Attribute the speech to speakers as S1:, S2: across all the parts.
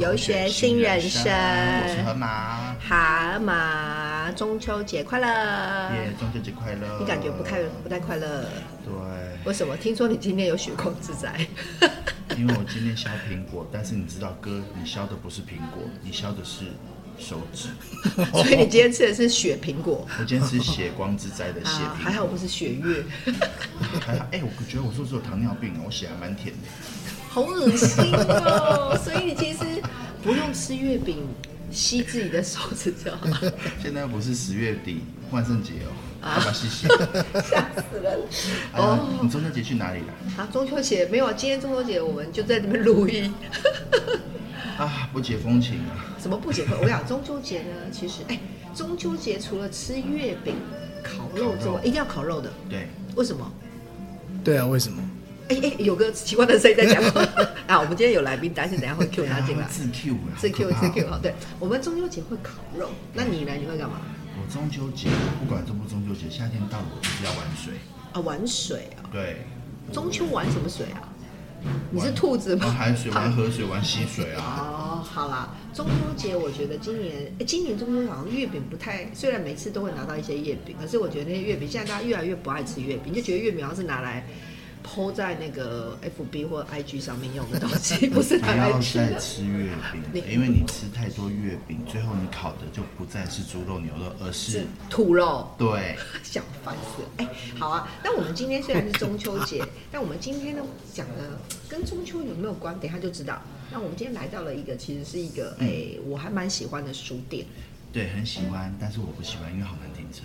S1: 游学新人生啊
S2: 我是河马，
S1: 蛤蟆，中秋节快乐！
S2: 耶，中秋节快乐！
S1: 你感觉不太不太快乐？
S2: 对，
S1: 为什么？听说你今天有血光之灾，
S2: 因为我今天削苹果，但是你知道哥，你削的不是苹果，你削的是手指。
S1: 所以你今天吃的是血苹果
S2: 我今天吃血光之灾的 血
S1: 啊？
S2: 苹
S1: 还好我不是血月，
S2: 果，还好。哎、我觉得我是不是有糖尿病啊？我血还蛮甜的。
S1: 好恶心哦！所以你其实不用吃月饼，吸自己的手指就 好，
S2: 现在不是十月底万圣节哦，
S1: 啊
S2: 好吧，谢谢。
S1: 吓死人！
S2: 哎呀，
S1: 哦
S2: 你中秋节去哪里了？
S1: 啊，中秋节没有啊？今天中秋节我们就在这边录音。
S2: 啊，不解风情啊！
S1: 什么不解渴？我想中秋节呢，其实哎、中秋节除了吃月饼、烤肉之
S2: 烤
S1: 外
S2: 肉，
S1: 一定要烤肉的，
S2: 对，
S1: 为什么？
S3: 对啊，为什么？
S1: 哎、哎、有个奇怪的声音在 讲啊！我们今天有来宾，但是等一下会 Q 他进来
S2: 哎呀。自 Q 啊，
S1: 自 Q
S2: 好可
S1: 自
S2: 怕
S1: Q 啊，对，我们中秋节会烤肉，那你呢？你会干嘛？
S2: 我中秋节不管中不中秋节，夏天到了我就是要玩水。
S1: 啊，玩水啊！
S2: 对，
S1: 中秋玩什么水啊？你是
S2: 玩
S1: 兔子吗？
S2: 玩海水、玩河水、玩溪水啊。
S1: 哦，好啦，中秋节我觉得今年，哎，今年中秋好像月饼不太，虽然每次都会拿到一些月饼，可是我觉得那些月饼现在大家越来越不爱吃月饼，就觉得月饼好像是拿来抛在那个 FB 或 IG 上面用的东西，不是
S2: 不
S1: 拿来
S2: 要
S1: 吃
S2: 再
S1: 的。
S2: 吃月饼
S1: 你
S2: 了，因为你吃太多月饼，最后你烤的就不再是猪肉、牛肉，而
S1: 是
S2: 是
S1: 土肉，
S2: 对
S1: 想烦死了。哎，好啊，那我们今天虽然是中秋节，但我们今天呢讲的跟中秋有没有关，等一下就知道。那我们今天来到了一个，其实是一个，哎，我还蛮喜欢的书店。
S2: 对，很喜欢，但是我不喜欢，因为好难停车。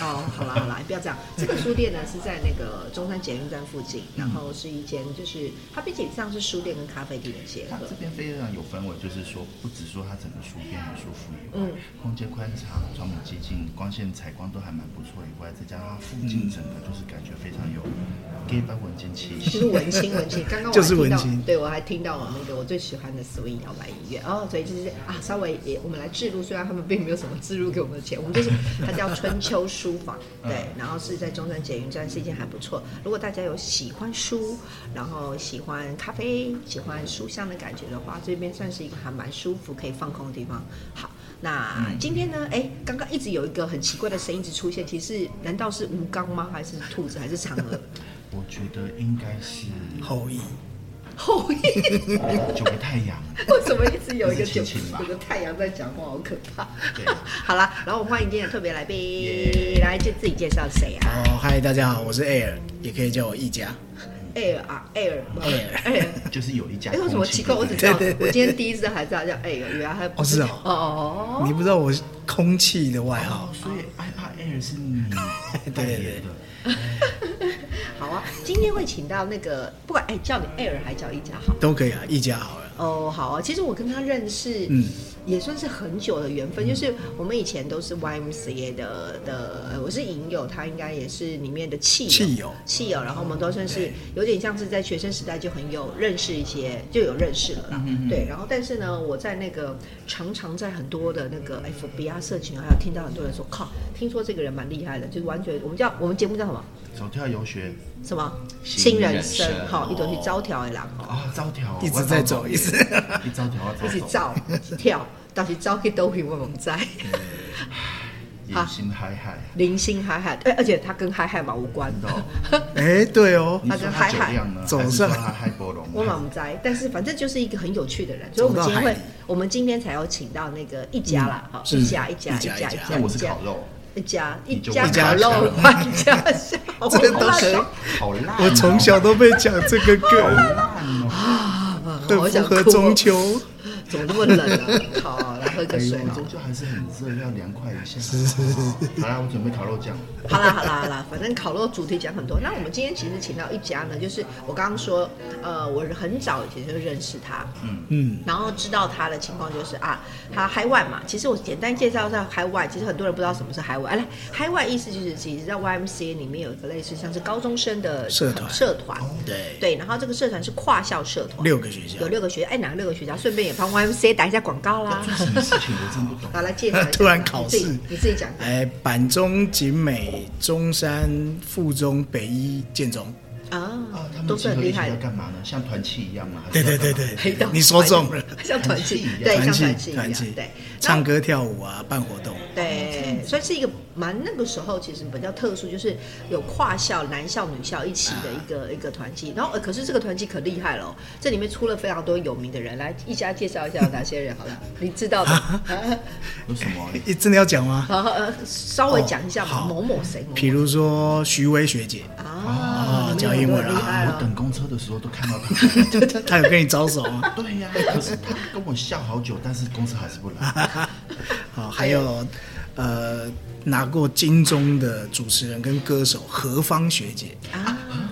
S1: 哦，好啦好啦，不要这样。这个书店呢是在那个中山捷运站附近，然后是一间就是它毕竟上是书店跟咖啡厅的结
S2: 它
S1: 合
S2: 这。边非常有氛围，就是说，不只说它整个书店很舒服以外，
S1: 嗯
S2: 空间宽敞、窗明几净、光线采光都还蛮不错以外，再加上它附近整个就是感觉非常有 gay 版文静气
S1: 就是
S2: 息。
S1: 文青，文青。刚刚我还
S3: 就是
S1: 听
S3: 文
S1: 到，
S3: 青
S1: 对我还听到我那个我最喜欢的 swing 摇摆音乐哦，所以就是啊，稍微也我们来置入，虽然他们并没有什么置入给我们的钱，我们就是它叫春秋书房，
S3: 嗯
S1: 对，然后是在中山捷运站，是一间还不错。如果大家有喜欢书，然后喜欢咖啡，喜欢书香的感觉的话，这边算是一个还蛮舒服可以放空的地方。好。那今天呢？哎、刚刚一直有一个很奇怪的声音一直出现，其实难道是吴刚吗？还是兔子？还是嫦 娥？
S2: 我觉得应该是
S3: 后羿，
S1: 后羿？
S2: 九个太阳，
S1: 为什么一直有一个九
S2: 这是亲情吧
S1: 有个太阳在讲话，好可怕。
S2: 对
S1: 好啦，然后我们欢迎今天的特别来宾，
S2: 耶
S1: 来就自己介绍谁啊
S3: 哦，嗨，大家好，我是 Air，也可以叫我一家。
S1: ？Air 啊，Air
S3: Air
S1: Air。
S2: 就是有一家
S1: 哎，为什么
S2: 空气
S1: 奇怪？我只
S2: 对不
S1: 知道
S3: 对对
S1: 我
S3: 对
S1: 今天第一次还知道叫 Air，原来还不
S3: 哦是哦
S1: 哦哦
S3: 你
S1: 哦。
S3: 不知道我空气的外
S2: 对
S3: 号
S2: 哦，，所以 I R Air 是你 代言的，
S1: 好啊，今天会请到那个，不管哎叫你 Air 还叫一家好。
S3: 都可以啊，一家好了。
S1: 哦，好啊，其实我跟他认识，
S3: 嗯
S1: 也算是很久的缘分，就是我们以前都是 YMCA 的的，呃我是影友，他应该也是里面的气
S3: 气友
S1: 气友，然后我们都算是
S3: 对
S1: 有点像是在学生时代就很有认识一些，就有认识了啦，
S2: 嗯嗯嗯
S1: 对，然后但是呢，我在那个常常在很多的那个 FB 啊社群啊，还有听到很多人说，靠，听说这个人蛮厉害的，就是完全我们叫我们节目叫什么
S2: 走跳游学
S1: 什么
S2: 新人
S1: 人生
S2: 生，
S1: 好，一头去
S3: 哦
S1: 招条的狼哦。
S2: 啊，招条
S3: 一直在走一直
S2: 一招条要
S1: 一直
S2: 走走，
S1: 照 跳，到时照去都去我们在。
S2: 野心嗨嗨，
S1: 零星嗨嗨，哎而而且它跟嗨嗨嘛无关
S2: 真的
S1: 的，
S2: 哦。
S3: 哎，对哦
S2: 你，
S1: 他
S2: 说
S1: 跟
S2: 他
S1: 嗨
S2: 酒
S1: 嗨
S2: 量呢？
S3: 走
S2: 还是
S3: 上
S2: 说他嗨波龙？
S1: 我嘛不在，但是反正就是一个很有趣的 人，所以我们
S3: 走到
S1: 今天会
S3: 海里，嗯
S1: 我们今天才要请到那个一家啦，好，
S3: 是
S1: 一家一家
S3: 一
S1: 家
S3: 家
S1: 一
S3: 一家
S1: 家，
S2: 那我是
S1: 一家
S2: 烤肉，
S1: 一家一
S2: 你就
S1: 家
S2: 一
S1: 烤
S3: 家烤
S1: 肉
S3: 肉，
S1: 万 家香，
S3: 这个都可以
S2: 好烂哦！
S3: 我从小都被讲这个
S2: 好
S3: 梗，
S2: 烂哦！
S3: 很
S1: 好
S3: 符
S1: 想
S3: 合
S1: 哭哦
S3: 中秋。
S1: 怎么那么冷啊？好，来喝
S2: 哎
S1: 个
S2: 呦
S1: 水，好
S2: 终究还是很热，要凉快一 下。好啦，我准备烤肉酱。
S1: 好啦好啦好啦，反正烤肉主题讲很多。那我们今天其实请到一家呢，就是我刚刚说，呃，我很早以前就认识他，
S3: 嗯，
S1: 然后知道他的情况就是啊，他嗨外嘛。其实我简单介绍一下嗨外，其实很多人不知道什么是嗨外。哎，来嗨外意思就是，其实在 YMCA 里面有一个类似像是高中生的
S3: 社团
S1: 社团
S3: 对，
S1: 对，然后这个社团是跨校社团，
S3: 六个学校
S1: 有，六个学校，哎，哪六个学校？顺便也帮 YMCA 打一下广告 啦。
S2: 什么事情我真不懂。
S1: 好，来介绍一下。
S3: 突然考试
S1: 你自己你自己讲。
S3: 哎，板中、景美、中山、附中、北一、建中，
S1: 啊
S2: 啊，他，们
S1: 都是
S2: 集
S1: 很
S2: 合
S1: 厉
S2: 一起
S1: 害
S2: 要
S1: 的，
S2: 干嘛呢？像团契一样嘛？还
S3: 对
S2: 是
S3: 对
S2: 要
S3: 对
S2: 干嘛
S1: 黑
S3: 对
S1: 道，
S3: 你说中了，
S1: 像团契
S2: 团，契
S1: 对，像
S3: 团
S1: 团
S3: 契
S1: 契一
S3: 团
S1: 样
S3: 契，，
S1: 对，
S3: 唱歌跳舞啊，办活动，
S1: 对，所以是一个蛮那个时候其实比较特殊，就是有跨校男校女校一起的一个、
S3: 啊
S1: 一个团体。然后呃，可是这个团体可厉害了、哦，这里面出了非常多有名的人，来一家介绍一下有哪些人好 了，你知道的。
S2: 有什么？
S3: 诶真的要讲吗？
S1: 好，呃稍微讲一下
S3: 哦
S1: 嘛，
S3: 好
S1: 某某谁，某
S3: 比如说徐薇学姐，
S1: 啊，
S3: 教
S1: 那个
S3: 英文
S1: 很
S3: 啊
S1: 厉害
S2: 我
S1: 了。
S2: 等公车的时候都 看到他。
S3: 她有跟你招手吗？
S2: 对呀、可是他跟我笑好久，但是公司还是不
S3: 啊
S2: 来。
S3: 好，还有呃，拿过金钟的主持人跟歌手何芳学姐，
S1: 啊，
S2: 啊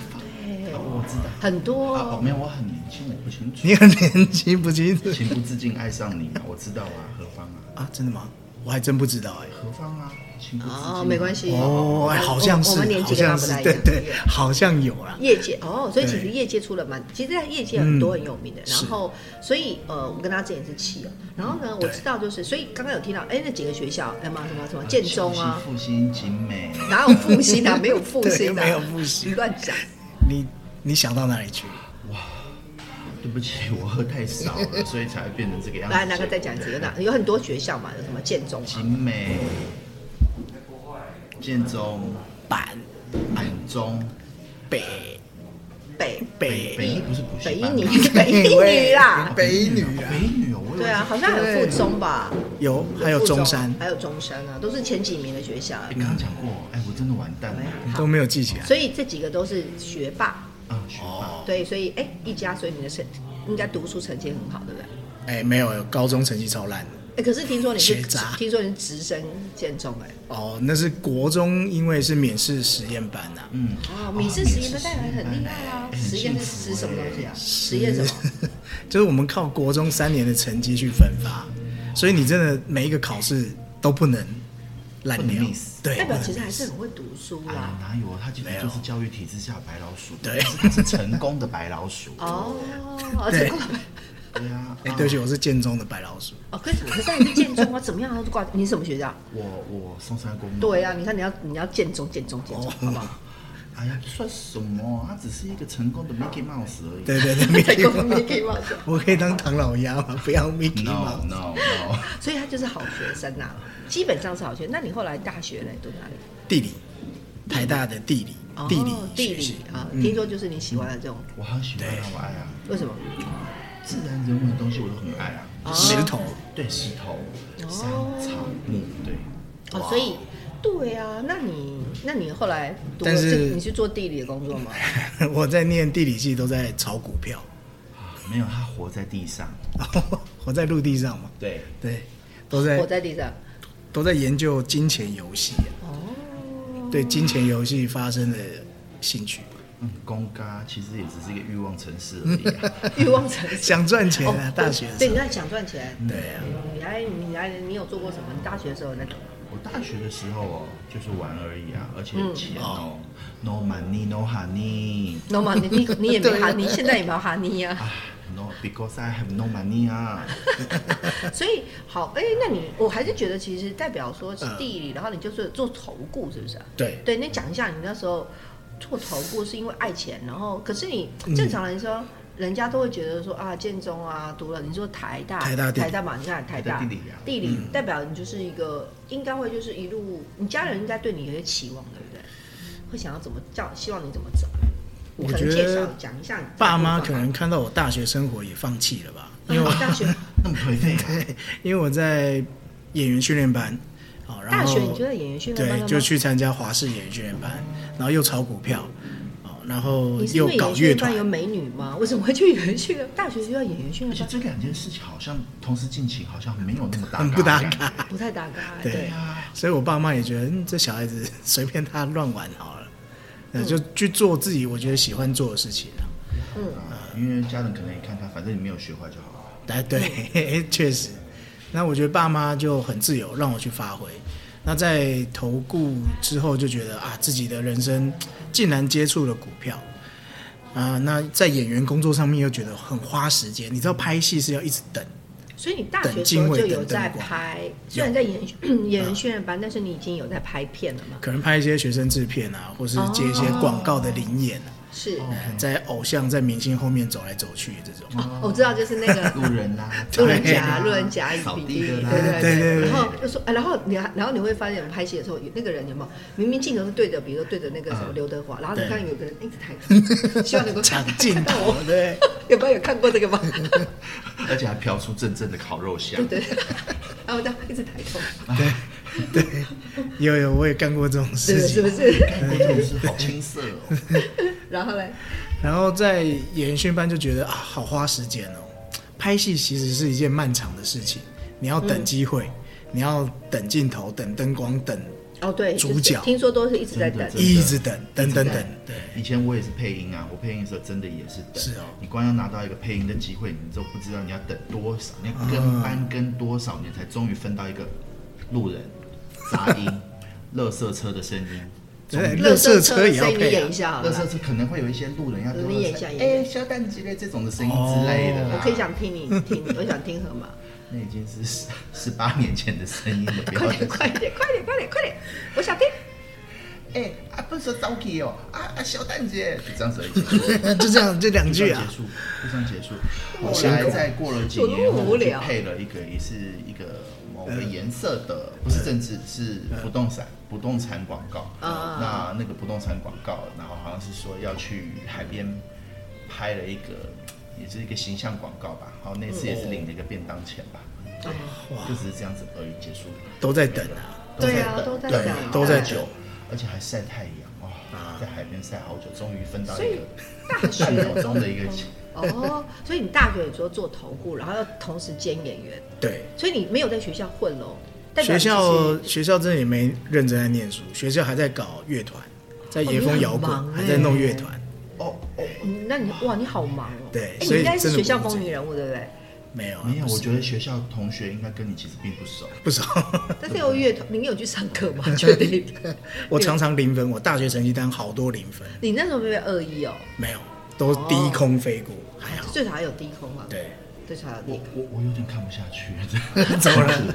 S2: 我知道。
S1: 很多
S2: 啊，哦，
S1: 哦
S2: 没有，我很年轻，我不清楚。
S3: 你很年轻不清楚
S2: 情不自禁爱上你嘛，我知道啊，何方啊，
S3: 啊？真的吗？我还真不知道哎、
S2: 何方啊，情不自禁、
S1: 哦，没关。系
S3: 哦，哎，好像
S1: 我
S3: 是
S1: 们我们，年
S3: 好
S1: 纪跟他
S3: 像
S1: 不
S3: 是
S1: 太，一
S3: 对
S1: 样，
S3: 对，好像有啊啦。
S1: 业界哦，所以其实
S3: 对
S1: 业界出了蛮，其实在业界很多很有名的。
S3: 嗯
S1: 然后，所以呃，我跟他之前也是气哦。然后呢，我
S3: 对
S1: 知道就是，所以刚刚有听到，哎，那几个学校，哎嘛什么什么建中啊，
S2: 复兴、景美，
S1: 哪有复兴啊？没有复兴的，
S3: 对没有复兴
S1: 你 乱讲。
S3: 你你想到哪里去？
S2: 对不起，我喝太少了，所以才会变成这个样子。
S1: 来，哪个再讲几个？那有很多学校嘛，有什么建中啊，
S2: 景美、建中、
S3: 板
S2: 板中、
S3: 北
S1: 北
S3: 北
S2: 北一不是补
S1: 北
S2: 习
S1: 一
S2: 班
S1: 女
S2: 吗，哦
S1: 北一女啦，
S3: 北女啊
S2: 北一女哦，我以为
S1: 对啊，
S2: 是
S1: 好像还有附中吧，
S3: 有，还有
S1: 附
S3: 中山
S1: 还有中山啊，都是前几名的学校。
S2: 你刚刚讲过，哎，我真的完蛋了
S1: 没好
S3: 都没有记起来。
S1: 所以这几个都是学霸，
S2: 啊！学霸，
S1: 对，所以哎、一家，所以你的成应该读书成绩很好，对不对？
S3: 哎，没有，高中成绩超烂的。
S1: 哎、可是听说你是
S3: 学渣
S1: 听说你是直升建中哎、
S3: 哦，那是国中，因为是免试实验班啊呐、
S2: 嗯，
S1: 哦，你是实验的带来很厉害啊，
S2: 哎很
S1: 实验是
S2: 幸福
S1: 实什么
S2: 哎
S1: 东西啊？实验什么？
S3: 就是我们靠国中三年的成绩去分发，所以你真的每一个考试都不能烂
S2: 不
S3: 掉
S2: 能 miss。
S3: 对，
S1: 代表其实
S3: 不能
S1: 还
S3: miss
S1: 是哦很会读书啊
S2: 哎呀
S1: 啦。
S2: 哪有？他其实就是教育体制下的白老鼠，
S3: 对
S2: 但是他是成功的白老鼠。
S1: 哦，
S3: 啊
S1: 这
S3: 对
S1: 个
S2: 对啊，
S3: 哎、
S2: 啊
S3: 对不起，我是建中的白老鼠。
S1: 哦，可是可是你是建中啊，怎么样都挂？你什么学校？
S2: 我我松山公
S1: 对啊，你看你要你要建中建中建
S3: 哦
S1: 中，好不 好？
S2: 哎呀，算什么？啊他只是一个成功的 Mickey Mouse 而已。
S3: 对对 对
S1: 在
S3: ，Mickey
S1: 公
S3: Mouse
S1: 你可以冒险，
S3: 我可以当唐老鸭吗？不要 Mickey
S2: No
S3: 吗？
S2: no no，
S1: 所以他就是好学生呐、基本上是好学生。那你后来大学嘞读哪里？
S3: 地理，台大的地理，地理
S1: 哦，地
S3: 学嗯
S1: 理
S3: 系
S1: 啊，听说就是你喜欢的这种，
S2: 我好喜欢啊，我爱啊，
S1: 为什么？
S2: 自然人文的东西我都很爱啊。
S1: 哦
S3: 石头，
S2: 对，石头、
S1: 哦
S2: 沙、草、木，对，
S1: 哦，所以对啊，那你那你后来读了
S3: 但是
S1: 这，你是做地理的工作吗？
S3: 我在念地理系都在炒股票，
S2: 没有他活在地上，
S3: 然后我在陆地上嘛，
S2: 对，
S3: 对，都
S1: 我
S3: 在
S1: 在地上。
S3: 都在研究金钱游戏、啊，
S1: 哦，
S3: 对金钱游戏发生的兴趣，
S2: 嗯，公嘎其实也只是一个欲望城市而已、啊。
S1: 欲望城 市。
S3: 想赚钱啊，
S1: 哦，
S3: 大学的
S1: 对，
S3: 时
S1: 你
S3: 候，
S1: 在想赚钱。
S3: 对啊，
S1: 你还你还你有做过什么？你大学的时候 那个
S2: 我大学的时候哦，就是玩而已啊，而且
S1: 嗯
S2: 钱哦、n o money no honey。
S1: ，no 嘛，你你你也没
S3: 啊
S1: 哈，你现在也没有哈尼 呀。
S2: 啊，no because I have no money 啊。
S1: 所以好，哎，那你我还是觉得其实代表说是地
S3: 嗯
S1: 理，然后你就是做投顾，是不是啊？
S3: 对，
S1: 对，那讲一下你那时候做头部是因为爱钱，然后可是你
S3: 嗯
S1: 正常人说，人家都会觉得说啊，建中啊读了，你说台大，
S3: 台大地理嗯
S1: 台大嘛，你看台大
S2: 台大地理啊
S1: 地理代表你就是一个应该会就是一路，你家人应该对你有些期望，对不对？会想要怎么叫，希望你怎么走？你
S3: 我
S1: 可能
S3: 觉
S1: 介绍
S3: 得
S1: 讲一下你这个部分吧，
S3: 爸妈可能看到我大学生活也放弃了吧， 因为我
S1: 啊大学
S2: 那么颓废 啊！
S3: 因为我在演员训练班，好，然后
S1: 大学你就在演员训练班
S3: 对，
S1: 了
S3: 就
S1: 吗？
S3: 去参加华视演员训练班，然后又炒股票，哦，然后
S1: 你是因
S3: 又
S1: 为演
S3: 搞
S1: 员训
S3: 乐
S1: 练班有
S3: 团，
S1: 美女吗？为什么会去演员训练？大学就要演员训
S2: 而
S1: 练
S2: 且
S1: 班，
S2: 这两件事情好像同时进行，好像没有那么大，
S3: 很不搭。嘎。
S1: 不太搭嘎。
S3: 对
S1: 对
S2: 啊，
S3: 所以我爸妈也觉得、嗯、这小孩子随便他乱玩好了，那就去做自己我觉得喜欢做的事情啊。
S1: 嗯。
S2: 啊因为家人可能也看看，反正你没有学坏就好了。
S3: 哎，对， 确实。那我觉得爸妈就很自由，让我去发挥。那在投顾之后，就觉得啊，自己的人生竟然接触了股票啊、那在演员工作上面又觉得很花时间。你知道拍戏是要一直等，
S1: 所以你大学时候就有在拍，虽然在演
S3: 嗯
S1: 演员训练班，但是你已经有在拍片了嘛？哦
S3: 可能拍一些学生制片啊，或是接一些广告的灵演啊。
S1: 是。
S2: 哦
S3: 在偶像、在明星后面走来走去这种。
S1: 哦，我知道，就是那个
S3: 哦
S2: 路人啦，
S1: 路人甲、
S2: 啊
S1: 路人甲与
S2: 扫
S1: 比
S2: 地
S1: 例，
S2: 的
S1: 对
S2: 啦，
S1: 对
S3: 对对对
S1: 然后就说，哎，然后你还，然后你会发现，我们拍戏的时候，有那个人有没有明明镜头是对着，比如说对着那个什么
S2: 嗯
S1: 刘德华，然后你
S3: 对
S1: 看有个人一直抬头， 希望 能够
S3: 抢
S1: 看
S3: 镜
S1: 到
S3: 头
S1: 我，
S3: 对，
S1: 有没有有看过这个吗？
S2: 而且还飘出阵阵的烤肉香
S1: 对。对，然后这样一直抬头，
S3: 有有，我也干过这种
S1: 是
S3: 事
S1: 不是？是不
S3: 情。
S1: 是？
S2: 哎这种是好青涩哦，
S1: 然后嘞，
S3: 然后在演训班就觉得啊，好花时间哦。拍戏其实是一件漫长的事情，你要等机
S1: 嗯
S3: 会，你要等镜头、等灯光、等，
S1: 哦对，
S3: 主
S1: 就是
S3: 角嗯
S1: 听说都是一直在
S2: 真的
S1: 等，
S2: 真的
S3: 一直等，等
S1: 一
S3: 等
S1: 直
S3: 等
S1: 等，
S3: 对，
S2: 以前我也是配音啊，我配音的时候真的也是等。
S3: 是哦
S2: 你光要拿到一个配音的机会，你都不知道你要等多少，你
S1: 啊
S2: 要跟班跟多少年才终于分到一个路人、杂音、垃圾车的声音。
S3: 对，
S1: 乐
S3: 乐色
S1: 色
S3: 车也要
S1: 声音
S3: 配、
S1: 演一
S3: 啊。
S1: 下好
S2: 垃
S1: 了啦
S2: 圾。车可能会有一些路人要丢
S1: 你演一
S2: 垃圾，
S1: 下演一下哦
S2: 哎，肖蛋鸡嘞这种的声音之类的啦。
S1: 我可以想听 你听，我想听河马，
S2: 那已经是十十八年前的声音了，不要
S1: 快点
S2: 再
S1: 快点快点快点快点，我想听。
S2: 哎、啊，不是早起哦，啊啊，小蛋姐，就这样子而已，就
S3: 就这样，这两
S2: 这
S3: 句
S2: 样
S3: 啊
S2: 结，束， 就这样结束。
S3: 好
S2: 后
S3: 辛苦
S2: 来再过了几年，哦
S1: 我都无
S2: 我去
S1: 聊
S2: 配了一个，也是一个某个颜色的，不是政治，是不动产，不动产广告。
S1: 啊
S2: 那那个不动产广告，然后好像是说要去海边拍了一个，也是一个形象广告吧。然后那次也是领了一个便当钱吧，就只是这样子而已，结束了。
S3: 都在等啊。
S1: 对啊，都在
S2: 对
S1: 等，
S3: 都在
S2: 久，而且还晒太阳哦，在海边晒好久，终于分到一个
S1: 大学
S2: 系统
S1: 的
S2: 中的一 个
S1: 哦，所以你大学有时候做投顾，然后要同时兼演员，
S3: 对，
S1: 所以你没有在学校混喽。代表你
S3: 学
S1: 其实
S3: 校学校真的也没认真在念书，学校还在搞乐团，在
S1: 哦
S3: 野风
S1: 你很
S3: 摇滚，
S1: 忙
S3: 还在弄
S1: 欸
S3: 乐团，
S2: 哦哦，
S1: 嗯那你哇，你好忙哦。
S3: 对
S1: 哎，你
S3: 所以
S1: 应该是
S3: 真的
S1: 学校
S3: 不是
S1: 风云人物，对不 对？
S3: 没有啊，
S2: 没有，
S3: 不
S2: 我
S3: 是
S2: 觉得学校同学应该跟你其实并不熟，
S3: 不熟。
S1: 但是有乐团，你有去上课吗？确定？
S3: 我常常零分，我大学成绩单好多零分，
S1: 你那时候没有恶意哦，
S3: 没有，都低空飞过，
S1: 哦
S3: 还好。
S1: 最少有低空嘛。，
S3: 对，
S1: 最少有低
S2: 我
S1: 空。
S2: 我我有点看不下去， 怎么了？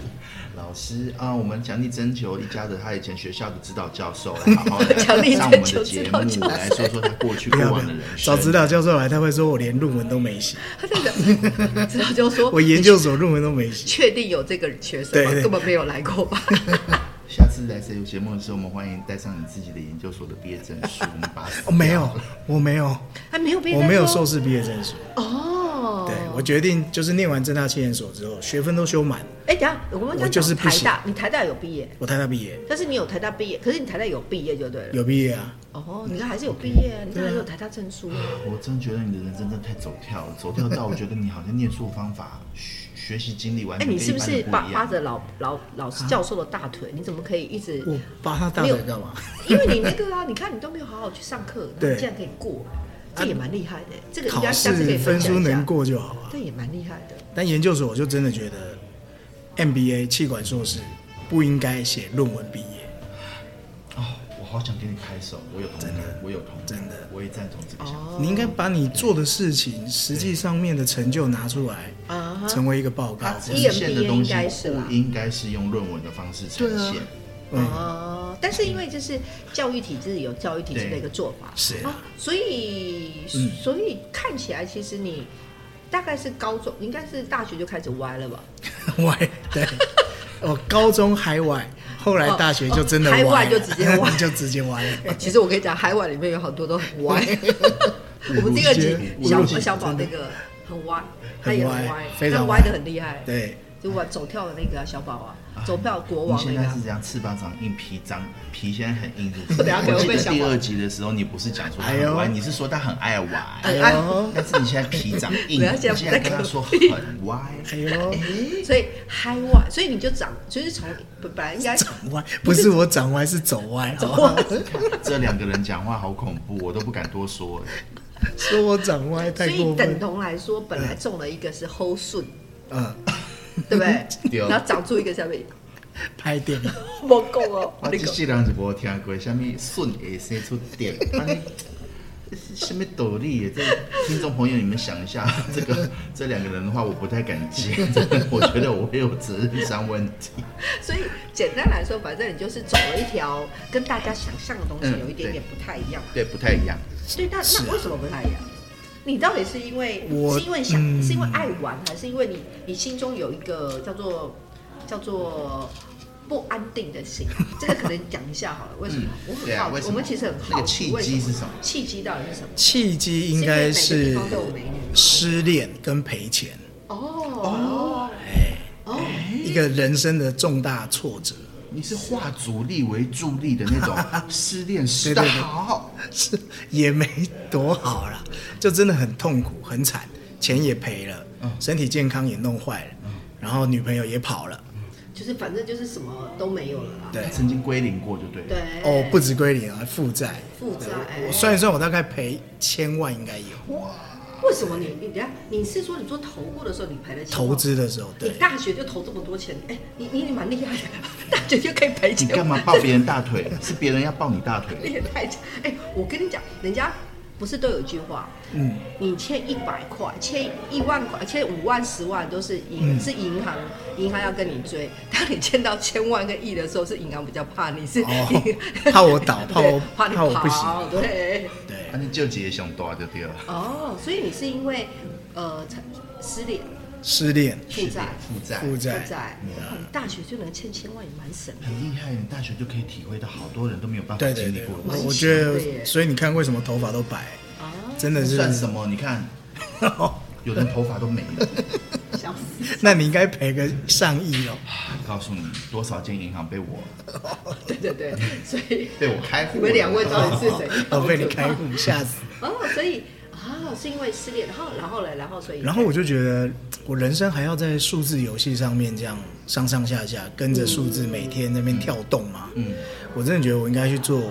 S2: 老师啊，我们奖励征求一家的他以前学校的指导教授来好好来
S1: 奖励
S2: 上我们
S1: 征求
S2: 的
S1: 指
S2: 节
S1: 导教授
S2: 目，来说说他过去
S3: 不
S2: 过
S3: 要不
S2: 往
S3: 要
S2: 的人，生。
S3: 找指导教授来，他会说我连论文都没写，
S1: 他在讲，指导就说，
S3: 我研究
S1: 啊
S3: 所论文都没写。
S1: 确定有这个学生吗？
S3: 对对
S1: 根本没有来过 吧？
S2: 下次来谁有节目的时候，我们欢迎带上你自己的研究所的毕业证书，我们把它撕
S3: 哦，没有
S2: 掉，
S3: 我没有，
S1: 还没有被
S3: 我没有
S1: 说
S3: 硕士毕业证书。
S1: 哦。
S3: 对，我决定就是念完正大气研所之后，学分都修满，
S1: 哎，等一下我们
S3: 我
S1: 刚
S3: 就是
S1: 讲台
S3: 不行
S1: 大，你台大有毕业，
S3: 我台大毕业，
S1: 但是你有台大毕业，可是你台大有毕业就对了。
S3: 有毕业啊。
S1: 哦，你这还是有毕业啊，你这还是有台大证书啊。
S2: 我真觉得你的人生真的太走跳了，走跳到我觉得你好像念书方法、学学习经历完
S1: 哎，
S2: 全
S1: 你
S2: 跟
S1: 是
S2: 一
S1: 不
S2: 般
S1: 是
S2: 人不
S1: 扒
S2: 一
S1: 扒
S2: 样。
S1: 着老老老
S3: 啊
S1: 师教授的大腿？你怎么可以一直？
S3: 我扒他大
S1: 没有
S3: 腿干嘛？
S1: 因为你那个啊，你看你都没有好好去上课，然后
S3: 对
S1: 你竟然可以过，这也蛮厉害的。这个应
S3: 考
S1: 该下次可
S3: 试
S1: 以
S3: 分
S1: 分享
S3: 数
S1: 一下
S3: 能，过就好啊。
S1: 这也蛮厉害的。
S3: 但研究所我就真的觉得，MBA 气管硕士不应该写论文毕业，
S2: 哦，我好想给你拍手，我有同感，我有同感，
S3: 真的
S2: 我也赞同这个想法。
S1: 哦
S3: 你应该把你做的事情实际上面的成就拿出来，
S1: 啊哈，
S3: 成为一个报告
S2: 它。
S1: 一
S2: 呈
S1: 眼
S2: 现
S1: MBA
S2: 的东
S1: 应
S2: 西
S1: 该是啦
S2: 不应该是用论文的方式呈
S3: 对啊
S2: 现。哎
S3: 嗯，
S1: 哦，但是因为就是教育体制有教育体制的一个做法，
S3: 是
S1: 啊，所以所以看起来其实你大概是高中，应该是大学就开始歪了吧？
S3: 歪对。我高中还歪，后来大学就真的
S1: 哦哦
S3: 歪
S1: 嗨
S3: 了，
S1: 歪就直接歪
S3: 就直接歪了。
S1: 其实我跟你讲，海外里面有很多都很歪。 我们这个集
S2: 误入
S1: 小
S2: 歧途
S1: 小宝那个很歪，他
S3: 很
S1: 也
S3: 歪
S1: 歪，
S3: 非
S1: 他
S3: 常
S1: 歪的
S3: 歪
S1: 很厉害，
S3: 对，
S1: 就我走跳的那个小宝啊，
S2: 啊
S1: 走跳国
S2: 你
S1: 王
S2: 现
S1: 那个
S2: 在是
S1: 啊。
S2: 这样，翅膀长硬，皮张皮现在很硬，是不
S1: 我
S2: 是？
S1: 等下可能
S2: 我记
S1: 被
S2: 得
S1: 笑
S2: 第
S1: 吧
S2: 二集的时候，你不是讲说他
S3: 哎呦
S2: 很歪，你是说他很爱玩。
S1: 哎
S3: 哎呦，
S2: 但是你现在皮长 硬，
S1: 不要
S2: 你
S1: 这样
S2: 现在跟他说很歪，
S3: 哎呦，
S1: 所以嗨歪，所以你就长，就是从本来应 该
S3: 长歪不是我长歪，是走 歪。哦走歪，
S2: 这两个人讲话好恐怖，我都不敢多说了。
S3: 说我长歪
S1: 所
S3: 太
S1: 以
S3: 过
S1: 等
S3: 分。
S1: 同来说，本来中了一个是 hold 顺，
S2: 呃
S3: 嗯，
S1: 对不对？
S2: 嗯对
S1: 然后长出一个下 面，
S3: 拍电影，
S1: 我 讲哦，
S2: 我
S1: 你
S2: 这
S1: 讲
S2: 世人就无听过什么顺会生出电，啊你 下面斗笠，这听众朋友，你们想一下， 这个这两个人的话，我不太敢接， 真的我觉得我会有责任上问题。
S1: 所以简单来说，反正你就是走了一条跟大家想象的东西
S2: 嗯
S1: 有一点点不太一样。
S2: 对，不太一样。
S1: 对，那
S3: 是啊
S1: 那为什么不太一样？你到底是因为
S3: 我
S1: 是因为想、
S3: 嗯
S1: 是因为爱玩，还是因为你你心中有一个叫做叫做不安定的 心？这个可能讲一下好了，为什么？我
S2: 对
S1: 很
S2: 啊
S1: 好
S2: 为
S1: 奇，
S2: 什
S1: 我们
S2: 么
S1: 其实很
S2: 那
S1: 好
S2: 个
S1: 奇
S2: 契
S1: 为什
S2: 机
S1: 么
S2: 是什么？
S1: 契机到底是什么？
S3: 契机应该
S1: 是因为每个
S3: 是
S1: 地方都有美女吗
S3: 失恋跟赔钱，
S1: 哦哦哦，
S3: 一个人生的重大挫折。
S2: 你是化阻力为助力的那 种失恋失的
S3: 对对对
S2: 好，
S3: 是 也没多好啦，就真的很痛苦，很惨，钱也赔了，身体健康也弄坏了，然后女朋友也跑了，
S1: 就是反正就是什么都没有了啦。
S3: 对，
S2: 曾经归零过就对了。
S1: 对
S3: 哦，不止归零啊，还负债。
S1: 负债。
S3: 我算一算，我大概赔千万应该有。
S1: 为什么你你等下你是说你做投顾的时候你赔了钱吗？
S3: 投资的时候，
S1: 你
S3: 对，
S1: 大学就投这么多钱，哎、你你你蛮厉害的，大学就可以赔
S2: 你
S1: 钱，
S2: 干嘛抱别人大腿？ 是别人要抱你大
S1: 你
S2: 腿。
S1: 也太强！哎、我跟你讲，人家不是都有一句话，
S3: 嗯，
S1: 你欠一百块、欠一万块、欠五万、十万都是银、是银行，银行要跟你追。当你欠到千万跟亿的时候，是银行比较怕你是，
S3: 哦怕我倒怕我
S1: 对怕你
S3: 怕我不
S1: 跑对。
S3: 对
S2: 反，正就几个熊多就对了。
S1: 哦，所以你是因为呃才失恋
S3: 失恋，
S1: 负债。
S2: 负债，
S3: 负
S1: 负
S3: 债
S1: 债，哇你大学就能欠千万，也蛮神的。
S2: 很厉害，你大学就可以体会到好多人都没有办法
S3: 对对
S2: 经历
S3: 对，
S2: 过的
S3: 我
S2: 东
S3: 我
S2: 西。
S3: 觉
S1: 蛮强的耶
S3: 得，所以你看为什么头发都白，
S1: 啊，
S3: 真的是
S2: 算什么？你 看，有人头发都没了。
S1: 笑死！
S3: 那你应该赔个上亿哦。？
S2: 告诉你，多少间银行被我
S1: 对对对，所以
S2: 被我开户
S1: 你
S2: 了。
S1: 们两位到底是谁
S3: 哦，被你开户吓死。
S1: 哦，所以啊，是因为失恋，然后然后嘞，然后所以
S3: 然后我就觉得，我人生还要在数字游戏上面这样上上下下跟着数字每天那边跳动吗？
S2: 嗯，
S3: 我真的觉得我应该去做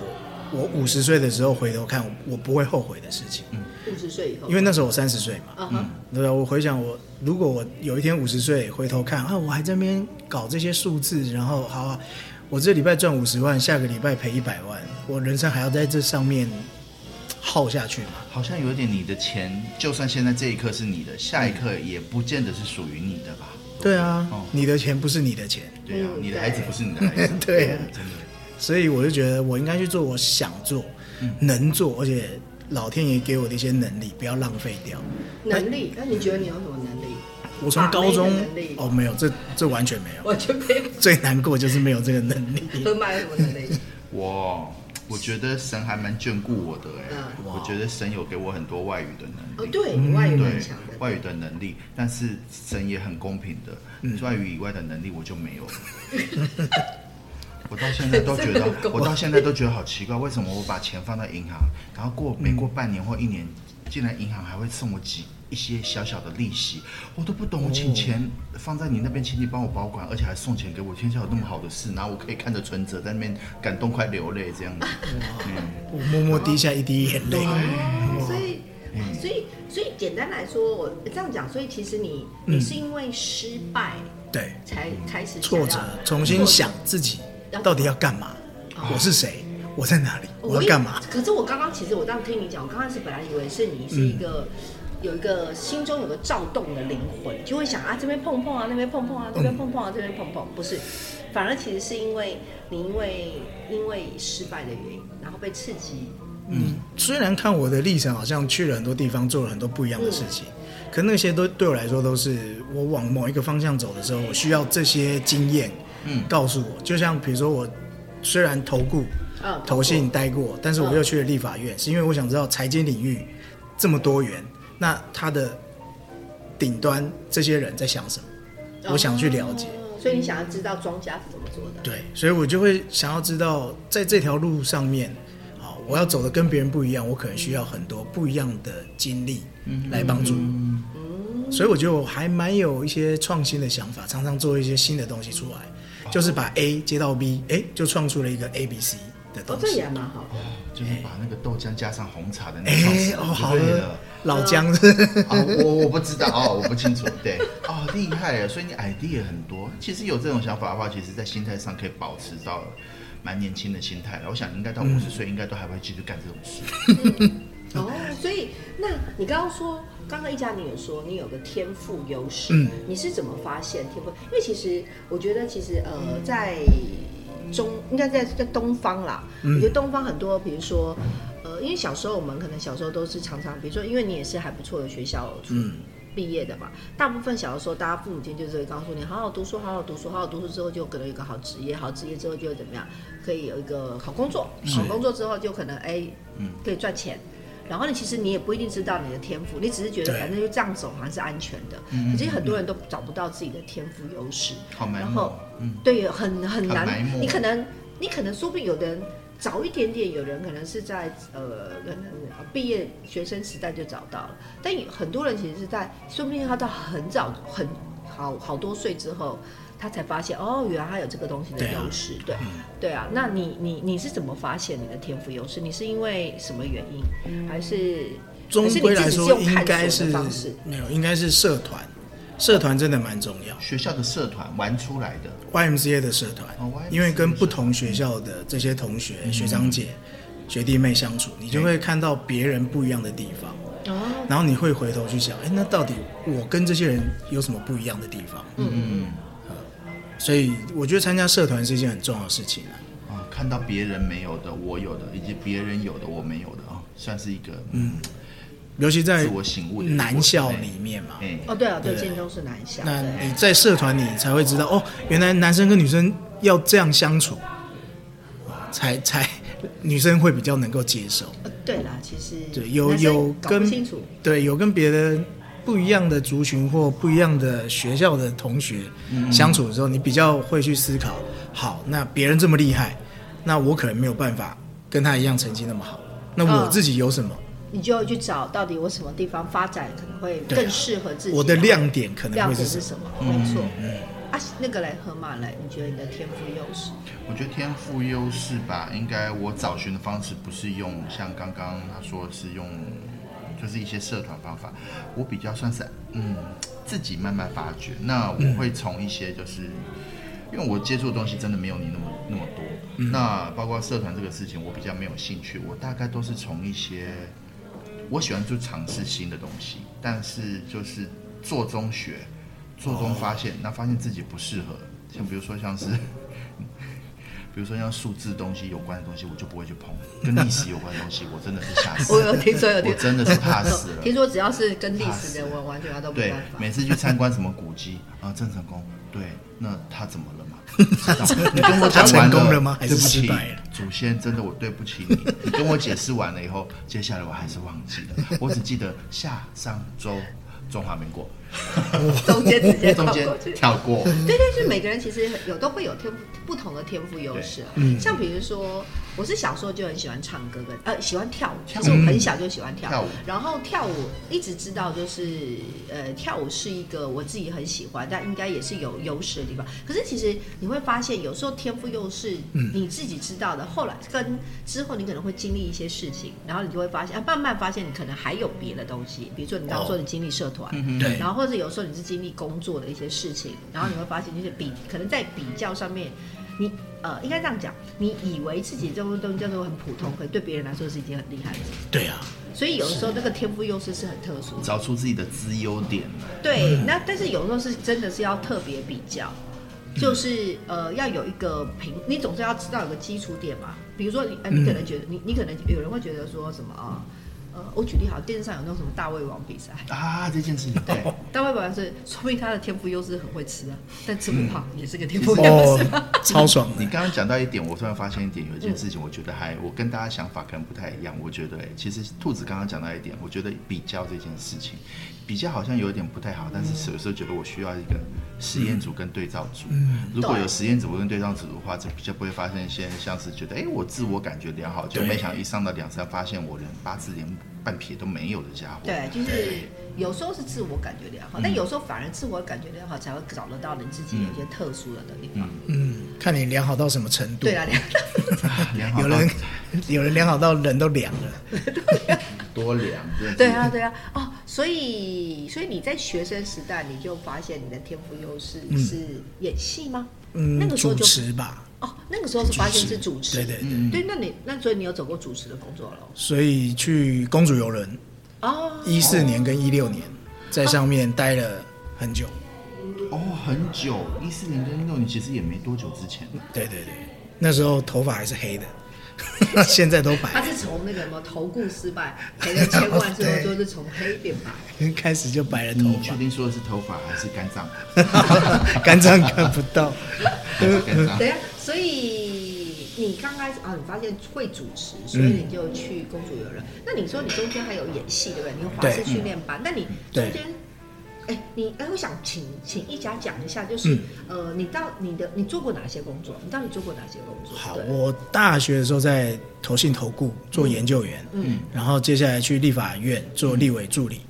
S3: 我五十岁的时候回头看，我我不会后悔的事情，
S2: 嗯
S1: 五十岁以后，
S3: 因为嗯那时候我三十岁嘛，
S1: 啊哈，
S3: 对吧？我回想我，如果我有一天五十岁回头看啊，我还在那边搞这些数字，然后好啊，我这礼拜赚五十万，下个礼拜赔一百万，我人生还要在这上面耗下去吗？
S2: 好像有点你的钱，就算现在这一刻是你的，下一刻也不见得是属于你的吧？
S3: 对啊，
S2: 哦，
S3: 你的钱不是你的钱。
S2: 对啊，
S1: 嗯
S2: 你的孩子不是你的孩子。
S3: 对啊
S2: 真的。
S3: 所以我就觉得我应该去做我想做、能做，而且老天爷给我的一些能力，不要浪费掉。
S1: 能力，那你觉得你有什么能力？
S3: 我从高
S1: 把
S3: 中
S1: 妹的能力
S3: 哦，没有，这这完全没有。
S1: 我就没有。
S3: 最难过就是没有这个能力。
S1: 河马有什么能 力？
S2: 我我觉得神还蛮眷顾我的哎、
S1: 嗯
S2: 我觉得神有给我很多外语的
S1: 哦
S2: 能，力，嗯
S1: 对，你外语蛮
S2: 对
S1: 强的，
S2: 外语的能力，但是神也很公平的，外语以外的能力我就没有了。我到现在都觉
S1: 神很
S2: 得，
S1: 公平
S2: 我到现在都觉得好奇怪，为什么我把钱放到银行，然后过没过半年或一年，竟然银行还会送我几一些小小的利息，我都不懂。我请钱放在你那边，请你帮我保管，而且还送钱给我，天下有那么好的事，然后我可以看着存折在那边感动快流泪这样子。嗯，
S3: 我默默滴下一滴眼泪。嗯
S1: 哦，所以。所以，所以简单来说，我这样讲，所以其实你，
S3: 嗯
S1: 你是因为失败
S3: 对，
S1: 才开始
S3: 嗯挫折
S1: 想要，
S3: 重新想自己
S1: 啊
S3: 到底要干嘛，我是谁，我在哪里，我要
S1: 也
S3: 干嘛？
S1: 可是我刚刚其实我这样听你讲，我刚开始本来以为是你是
S3: 嗯
S1: 一个、有一个心中有个躁动的灵魂，就会想啊这边碰碰啊，那边碰碰啊，这
S3: 嗯
S1: 边碰碰啊，这边碰碰，不是，反而其实是因为你因为因为失败的原因，然后被刺激，
S3: 嗯，虽然看我的历程好像去了很多地方，做了很多不一样的事
S1: 嗯
S3: 情，可那些都对我来说都是我往某一个方向走的时候，我需要这些经验，
S2: 嗯
S3: 告诉我。就像比如说我虽然投顾、
S1: 嗯，
S3: 投信待过，但是我又去了立法院，是因为我想知道财经领域这么多元，那它的顶端这些人在想什么，
S1: 哦
S3: 我想去了解。
S1: 所以你想要知道庄家是怎么做的，
S3: 对，所以我就会想要知道，在这条路上面，啊，我要走的跟别人不一样，我可能需要很多不一样的经历来帮助
S1: 嗯
S3: 我。所以我觉得我还蛮有一些创新的想法，常常做一些新的东西出来，就是把 A 接到 B，哎，就创出了一个 A B C 的
S1: 哦
S3: 东，
S1: 这
S3: 西
S1: 也。蛮好的。
S2: 就是把那个豆浆加上红茶的那个创
S3: 哎
S2: 始，人
S3: 哦，
S2: 就
S3: 好
S2: 对
S3: 了
S2: 了。，
S3: 老姜是
S2: 啊，我我不知道哦，我不清楚。对，哦，厉害啊！所以你 idea 很多。其实有这种想法的话，其实在心态上可以保持
S3: 嗯
S2: 到蛮年轻的心态了。我想应该到五十岁，应该都还会继续干这种事。
S1: 哦，所以那你刚刚说，刚刚一佳你有说你有个天赋优势，
S3: 嗯
S1: 你是怎么发现天赋？因为其实我觉得，其实呃，在中
S3: 嗯
S1: 应该在在东方啦，我觉得东方很多，比如说。呃，因为小时候我们可能小时候都是常常，比如说，因为你也是还不错的学校出
S3: 嗯
S1: 毕业的嘛，大部分小的时候，大家父母亲就是会告诉你，好好读书，好好读书，好好读书之后，就可能有一个好职业，好职业之后就会怎么样，可以有一个好工作，
S3: 是嗯
S1: 好工作之后就可能哎，可以赚钱。然后呢，其实你也不一定知道你的天赋，你只是觉得
S3: 对嗯
S1: 反正就这样走好像是安全的。可是很多人都找不到自己的天赋优势，
S2: 好埋
S1: 然
S2: 没
S1: 后
S2: 哦，嗯，
S1: 对，很很难
S2: 埋。没
S1: 你可能，你可能说不定有的人早一点点，有人可能是在呃，可能呃毕业学生时代就找到了，但有很多人其实是在，说不定他到很早很好好多岁之后。他才发现哦，原来他有这个东西的
S3: 对啊
S1: 优势，对对啊。那你你你是怎么发现你的天赋优势？你是因为什么原因，还是
S3: 终
S1: 还是你
S3: 归
S1: 自
S3: 来
S1: 己是
S3: 说
S1: 用
S3: 应
S1: 探
S3: 该
S1: 索
S3: 是
S1: 的方式？
S3: 没有，应该是社团，社团真的蛮重要。
S2: 学校的社团玩出来的，
S3: YMCA 的社团
S2: 哦，YMCA，
S3: 因为跟不同学校的这些同学、
S2: 嗯
S3: 学长姐、学弟妹相处，你
S2: 哎
S3: 就会看到别人不一样的地方，
S1: 哦，
S3: 然后你会回头去想，哎，那到底我跟这些人有什么不一样的地方？
S2: 嗯，
S3: 所以我觉得参加社团是一件很重要的事情啊。
S2: 啊，看到别人没有的，我有的，以及别人有的我没有的啊，算是一个嗯
S3: 尤其在
S2: 自我醒悟的过程
S3: 男校里面嘛，
S2: 哎，
S1: 哦，对啊，对，
S3: 对
S1: 建中是南校，
S3: 那
S1: 对
S3: 你在社团里才会知道哦，原来男生跟女生要这样相处，才才女生会比较能够接受。
S1: 呃对啦，其实
S3: 对，有
S1: 男生
S3: 有
S1: 搞不
S3: 跟
S1: 清楚，
S3: 对有跟别的不一样的族群或不一样的学校的同学
S2: 嗯
S3: 相处的时候，你比较会去思考，好，那别人这么厉害，那我可能没有办法跟他一样成绩那么好，那我
S1: 嗯
S3: 自己有什么？
S1: 你就要去找到底我什么地方发展可能会
S3: 对啊
S1: 更适合自己。
S3: 我的亮点可能
S1: 亮
S3: 会
S1: 点
S3: 是什
S1: 是
S3: 么？嗯
S1: 什么？没错。啊，那个嘞，河马嘞，你觉得你的天赋优势？
S2: 我觉得天赋优势吧，应该我找寻的方式不是用像刚刚他说是用，就是一些社团方法，我比较算是嗯自己慢慢发掘。那我会从一些就是，因为我接触的东西真的没有你那么那么多，那包括社团这个事情，我比较没有兴趣，我大概都是从一些我喜欢就尝试新的东西，但是就是做中学，做中发现，那发现自己不适合，像比如说像是。比如说像数字东西有关的东西，我就不会去碰；跟历史有关的东西，我真的是吓死
S1: 我
S2: 了，
S1: 有听说，有
S2: 我
S1: 听
S2: 真的是怕死 了。
S1: 听说只要是跟历史的，
S2: 怕
S1: 我完全都没
S2: 对
S1: 办，法。
S2: 每次去参观什么古迹啊，郑成功，对，那他怎么了 嘛？你跟我
S3: 他
S2: 讲
S3: 成
S2: 完
S3: 功了吗还是
S2: 对不
S3: 失
S2: 起
S3: 败了，
S2: 祖先，真的我对不起你。你跟我解释完了以后， 接下来我还是忘记了，我只记得下上周中华民国，
S1: 中间直接
S2: 中
S1: 跳
S2: 间
S1: 过去。
S2: 跳过。
S1: 对对，就是每个人其实有都会有天赋不同的天赋优势啊。像比如说，我是小时候就很喜欢唱歌跟呃喜欢跳舞，其实我很小就喜欢跳
S2: 跳舞
S1: 然后跳舞一直知道就是呃跳舞是一个我自己很喜欢，但应该也是有优势的地方。可是其实你会发现，有时候天赋优势你自己知道的，后来跟之后你可能会经历一些事情，然后你就会发现，啊慢慢发现你可能还有别的东西，比如说你刚刚说你经历社团，
S2: 嗯
S3: 对
S1: 然后或者有时候你是经历工作的一些事情，然后你会发现就是比可能在比较上面，你呃应该这样讲，你以为自己这种东西叫做很普通，可对别人来说是一件很厉害的事情。
S3: 对啊，
S1: 所以有的时候那个天赋优势是很特殊的。
S2: 找出自己的资优点，
S1: 对，那但是有时候是真的是要特别比较，就是呃要有一个平，你总是要知道有个基础点嘛。比如说你，呃、你可能觉得、你你可能有人会觉得说什么啊、呃，我举例好，电视上有那种什么大胃王比赛，
S2: 啊，这件事情对，
S1: 大胃王是说明他的天赋优势很会吃啊，但吃不胖也是个天赋优
S3: 嗯哦
S1: 势。，
S3: 超爽的
S2: 你。刚刚讲到一点，我突然发现一点，有一件事情，我觉得还我跟大家想法可能不太一样。我觉得、欸，其实兔子刚刚讲到一点，我觉得比较这件事情，比较好像有点不太好，但是有时候觉得我需要一个实验组跟对照组。如果有实验组跟对照组的话，就比较不会发现一些像是觉得，哎、我自我感觉良好，就
S3: 对
S2: 没想到一上到两三，发现我人八字连半撇都没有的家伙。
S1: 对，就是有时候是自我感觉良
S3: 嗯
S1: 好，但有时候反而自我感觉良好才会找得到你自己有一些特殊的地方。
S3: 嗯，看你良好到什么程度。
S1: 对啊，
S2: 良好
S3: 有
S2: 到
S3: 人 有人良好到人都凉了。
S2: 多良，真的是
S1: 对啊， 对啊，哦，所以所以你在学生时代你就发现你的天赋优势是演戏吗？那
S3: 嗯，
S1: 个时候
S3: 主
S1: 就
S3: 持吧，
S1: 哦，那个时候是发现是主持，
S3: 对对
S2: 嗯
S3: 嗯对，
S1: 对，那你那所以你有走过主持的工作了
S3: 所以去公主游轮，
S1: 哦，
S3: 一四年跟一六年在上面待了很久。
S2: 哦，很久，一四年跟一六年其实也没多久之前。
S3: 对对对，那时候头发还是 黑的，现在都
S1: 他
S3: 白，
S1: 是从那个什么投顾失败赔了千万之后，就是从黑变 白。
S3: 开始就白了头呃
S2: 你确定说的是头发还是肝脏？
S3: 发， 肝脏看不到。
S2: 肝脏
S3: 啊
S1: 等一下，所以你刚开始啊，你发现会主持，所以你就去公主游轮。那你说你中间还有演戏，对不对？你有华视
S3: 对
S1: 训练班，那你中间，哎，你哎，我想请请一家讲一下，就是、呃，你到你的你做过哪些工作？你到底做过哪些工作？
S3: 好，
S1: 对
S3: 我大学的时候在投信投顾做研究员，
S1: 嗯，
S3: 然后接下来去立法院做立委助理，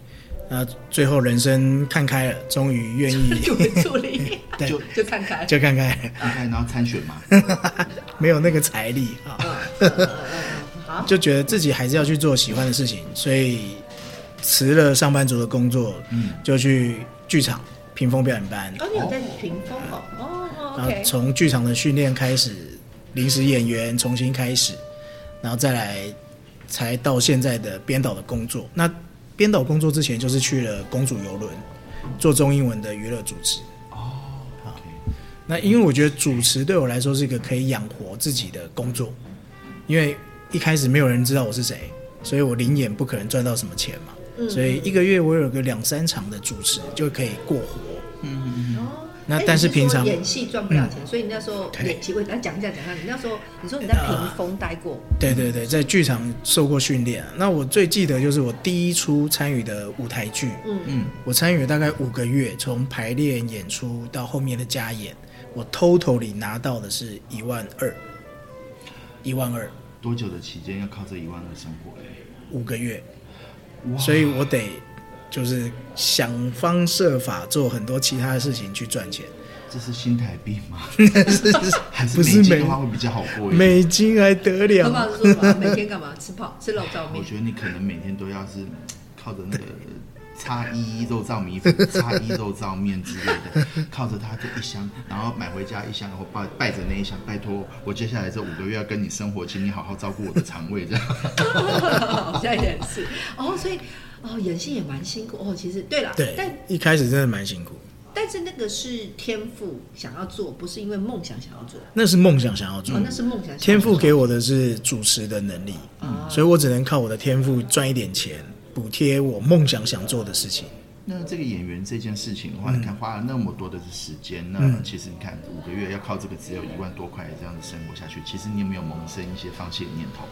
S3: 那最后人生看开了，终于 愿意
S1: 助理助理，
S3: 对
S2: 就
S1: 就看看。
S3: 就看开了，
S2: 大概然后参选嘛，
S3: 呃没有那个财力啊。
S1: 嗯嗯嗯嗯好，
S3: 就觉得自己还是要去做喜欢的事情，所以辞了上班族的工作，嗯，就去剧场屏风表演班，
S1: 哦，你有在屏风哦，哦
S3: 然后
S1: ，OK，
S3: 从剧场的训练开始，临时演员重新开始，然后再来才到现在的编导的工作。那编导工作之前就是去了公主游轮做中英文的娱乐主持。
S2: 哦
S3: 那因为我觉得主持对我来说是一个可以养活自己的工作，因为一开始没有人知道我是谁，所以我零演不可能赚到什么钱嘛，所以一个月我有个两三场的主持就可以过活。
S1: 哦
S3: 嗯那
S1: 哎
S3: 但
S1: 你
S3: 是平
S1: 说
S3: 常嗯
S1: 演戏赚不了钱，所以你那时候
S3: 对呃
S1: 演戏，为大家讲一下讲一下，你那时候你说你在屏风待过，
S3: 对对对，在剧场受过训练啊、那我最记得就是我第一出参与的舞台剧，
S1: 嗯
S3: 嗯，我参与了大概五个月，从排练演出到后面的加演，我 total 里拿到的是一万二，一万二
S2: 多久的期间要靠这一万二生活嘞？
S3: 五个月，
S2: 哇
S3: 所以我得就是想方设法做很多其他的事情去赚钱，
S2: 这是新台币吗？还是
S3: 不是
S2: 美金
S3: 美
S2: 的话会比较好过一点？
S3: 美金还得
S1: 何
S3: 了？
S1: 老师说嘛，每天干嘛？吃泡吃肉燥
S2: 我
S1: 面，
S2: 觉得你可能每天都要是靠着那个叉一肉燥米粉、叉一肉燥面之类的， 靠着它这一箱，然后买回家一箱，然后拜拜着那一箱，拜托我接下来这五个月要跟你生活，请你好好照顾我的肠胃，这样。
S1: 好像也是哦，所以哦，演戏也蛮辛苦哦。其实对啦，
S3: 对
S1: 但，
S3: 一开始真的蛮辛苦，
S1: 但是那个是天赋想要做，不是因为梦想想要做，哦
S3: 那是梦想想要做
S1: 哦，，那是梦想想要做
S3: 嗯天赋给我的是主持的能力，
S1: 嗯
S3: 所以我只能靠我的天赋赚一点钱，补贴我梦想想做的事情。
S2: 那这个演员这件事情的话，你看花了那么多的时间，那
S3: 嗯
S2: 其实你看五个月要靠这个只有一万多块这样子生活下去，其实你有没有萌生一些放弃的念头？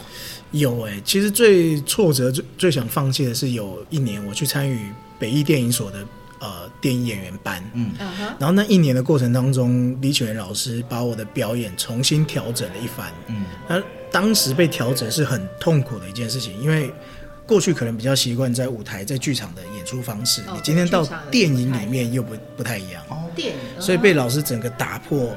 S3: 有哎、其实最挫折、最最想放弃的是有一年我去参与北艺电影所的呃电影演员班，
S2: 嗯，
S1: 啊哈，
S3: 然后那一年的过程当中，李雪元老师把我的表演重新调整了一番。
S2: 嗯，
S3: 那当时被调整是很痛苦的一件事情，因为过去可能比较习惯在舞台、在剧场的演出方式，
S1: 哦
S3: 你今天到
S1: 剧场的
S3: 电影
S1: 舞台
S3: 里面又不不太一样。
S2: 哦，
S1: 电影，
S3: 所以被
S1: 啊
S3: 老师整个打破。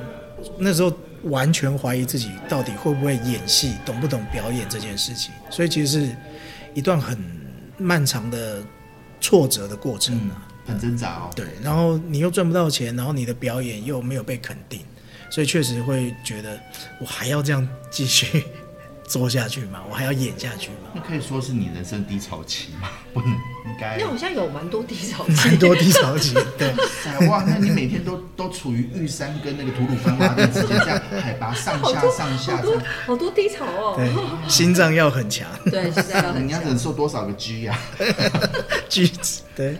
S3: 那时候完全怀疑自己到底会不会演戏，懂不懂表演这件事情。所以其实是一段很漫长的挫折的过程
S2: 嗯
S3: 啊。，
S2: 很挣扎哦。
S3: 对，然后你又赚不到钱，然后你的表演又没有被肯定，所以确实会觉得我还要这样继续 做下去吗？我还要演下去吗？
S2: 那可以说是你人生低潮期吗？不能，应该
S1: 那。好像有蛮多低潮
S3: 蛮
S1: 期，
S3: 多低潮期，对，
S2: 哎哇，那你每天都都处于玉山跟那个吐鲁番洼地之间，这样海拔上
S1: 好
S2: 下
S1: 多
S2: 上下
S1: 好
S2: 这
S1: 多
S2: 样，
S1: 好多低潮
S3: 对
S1: 哦。，
S3: 心脏要很强，
S1: 对，现在要很
S2: 你要
S1: 强
S2: 忍受多少个 G 呀、
S3: 句子，对，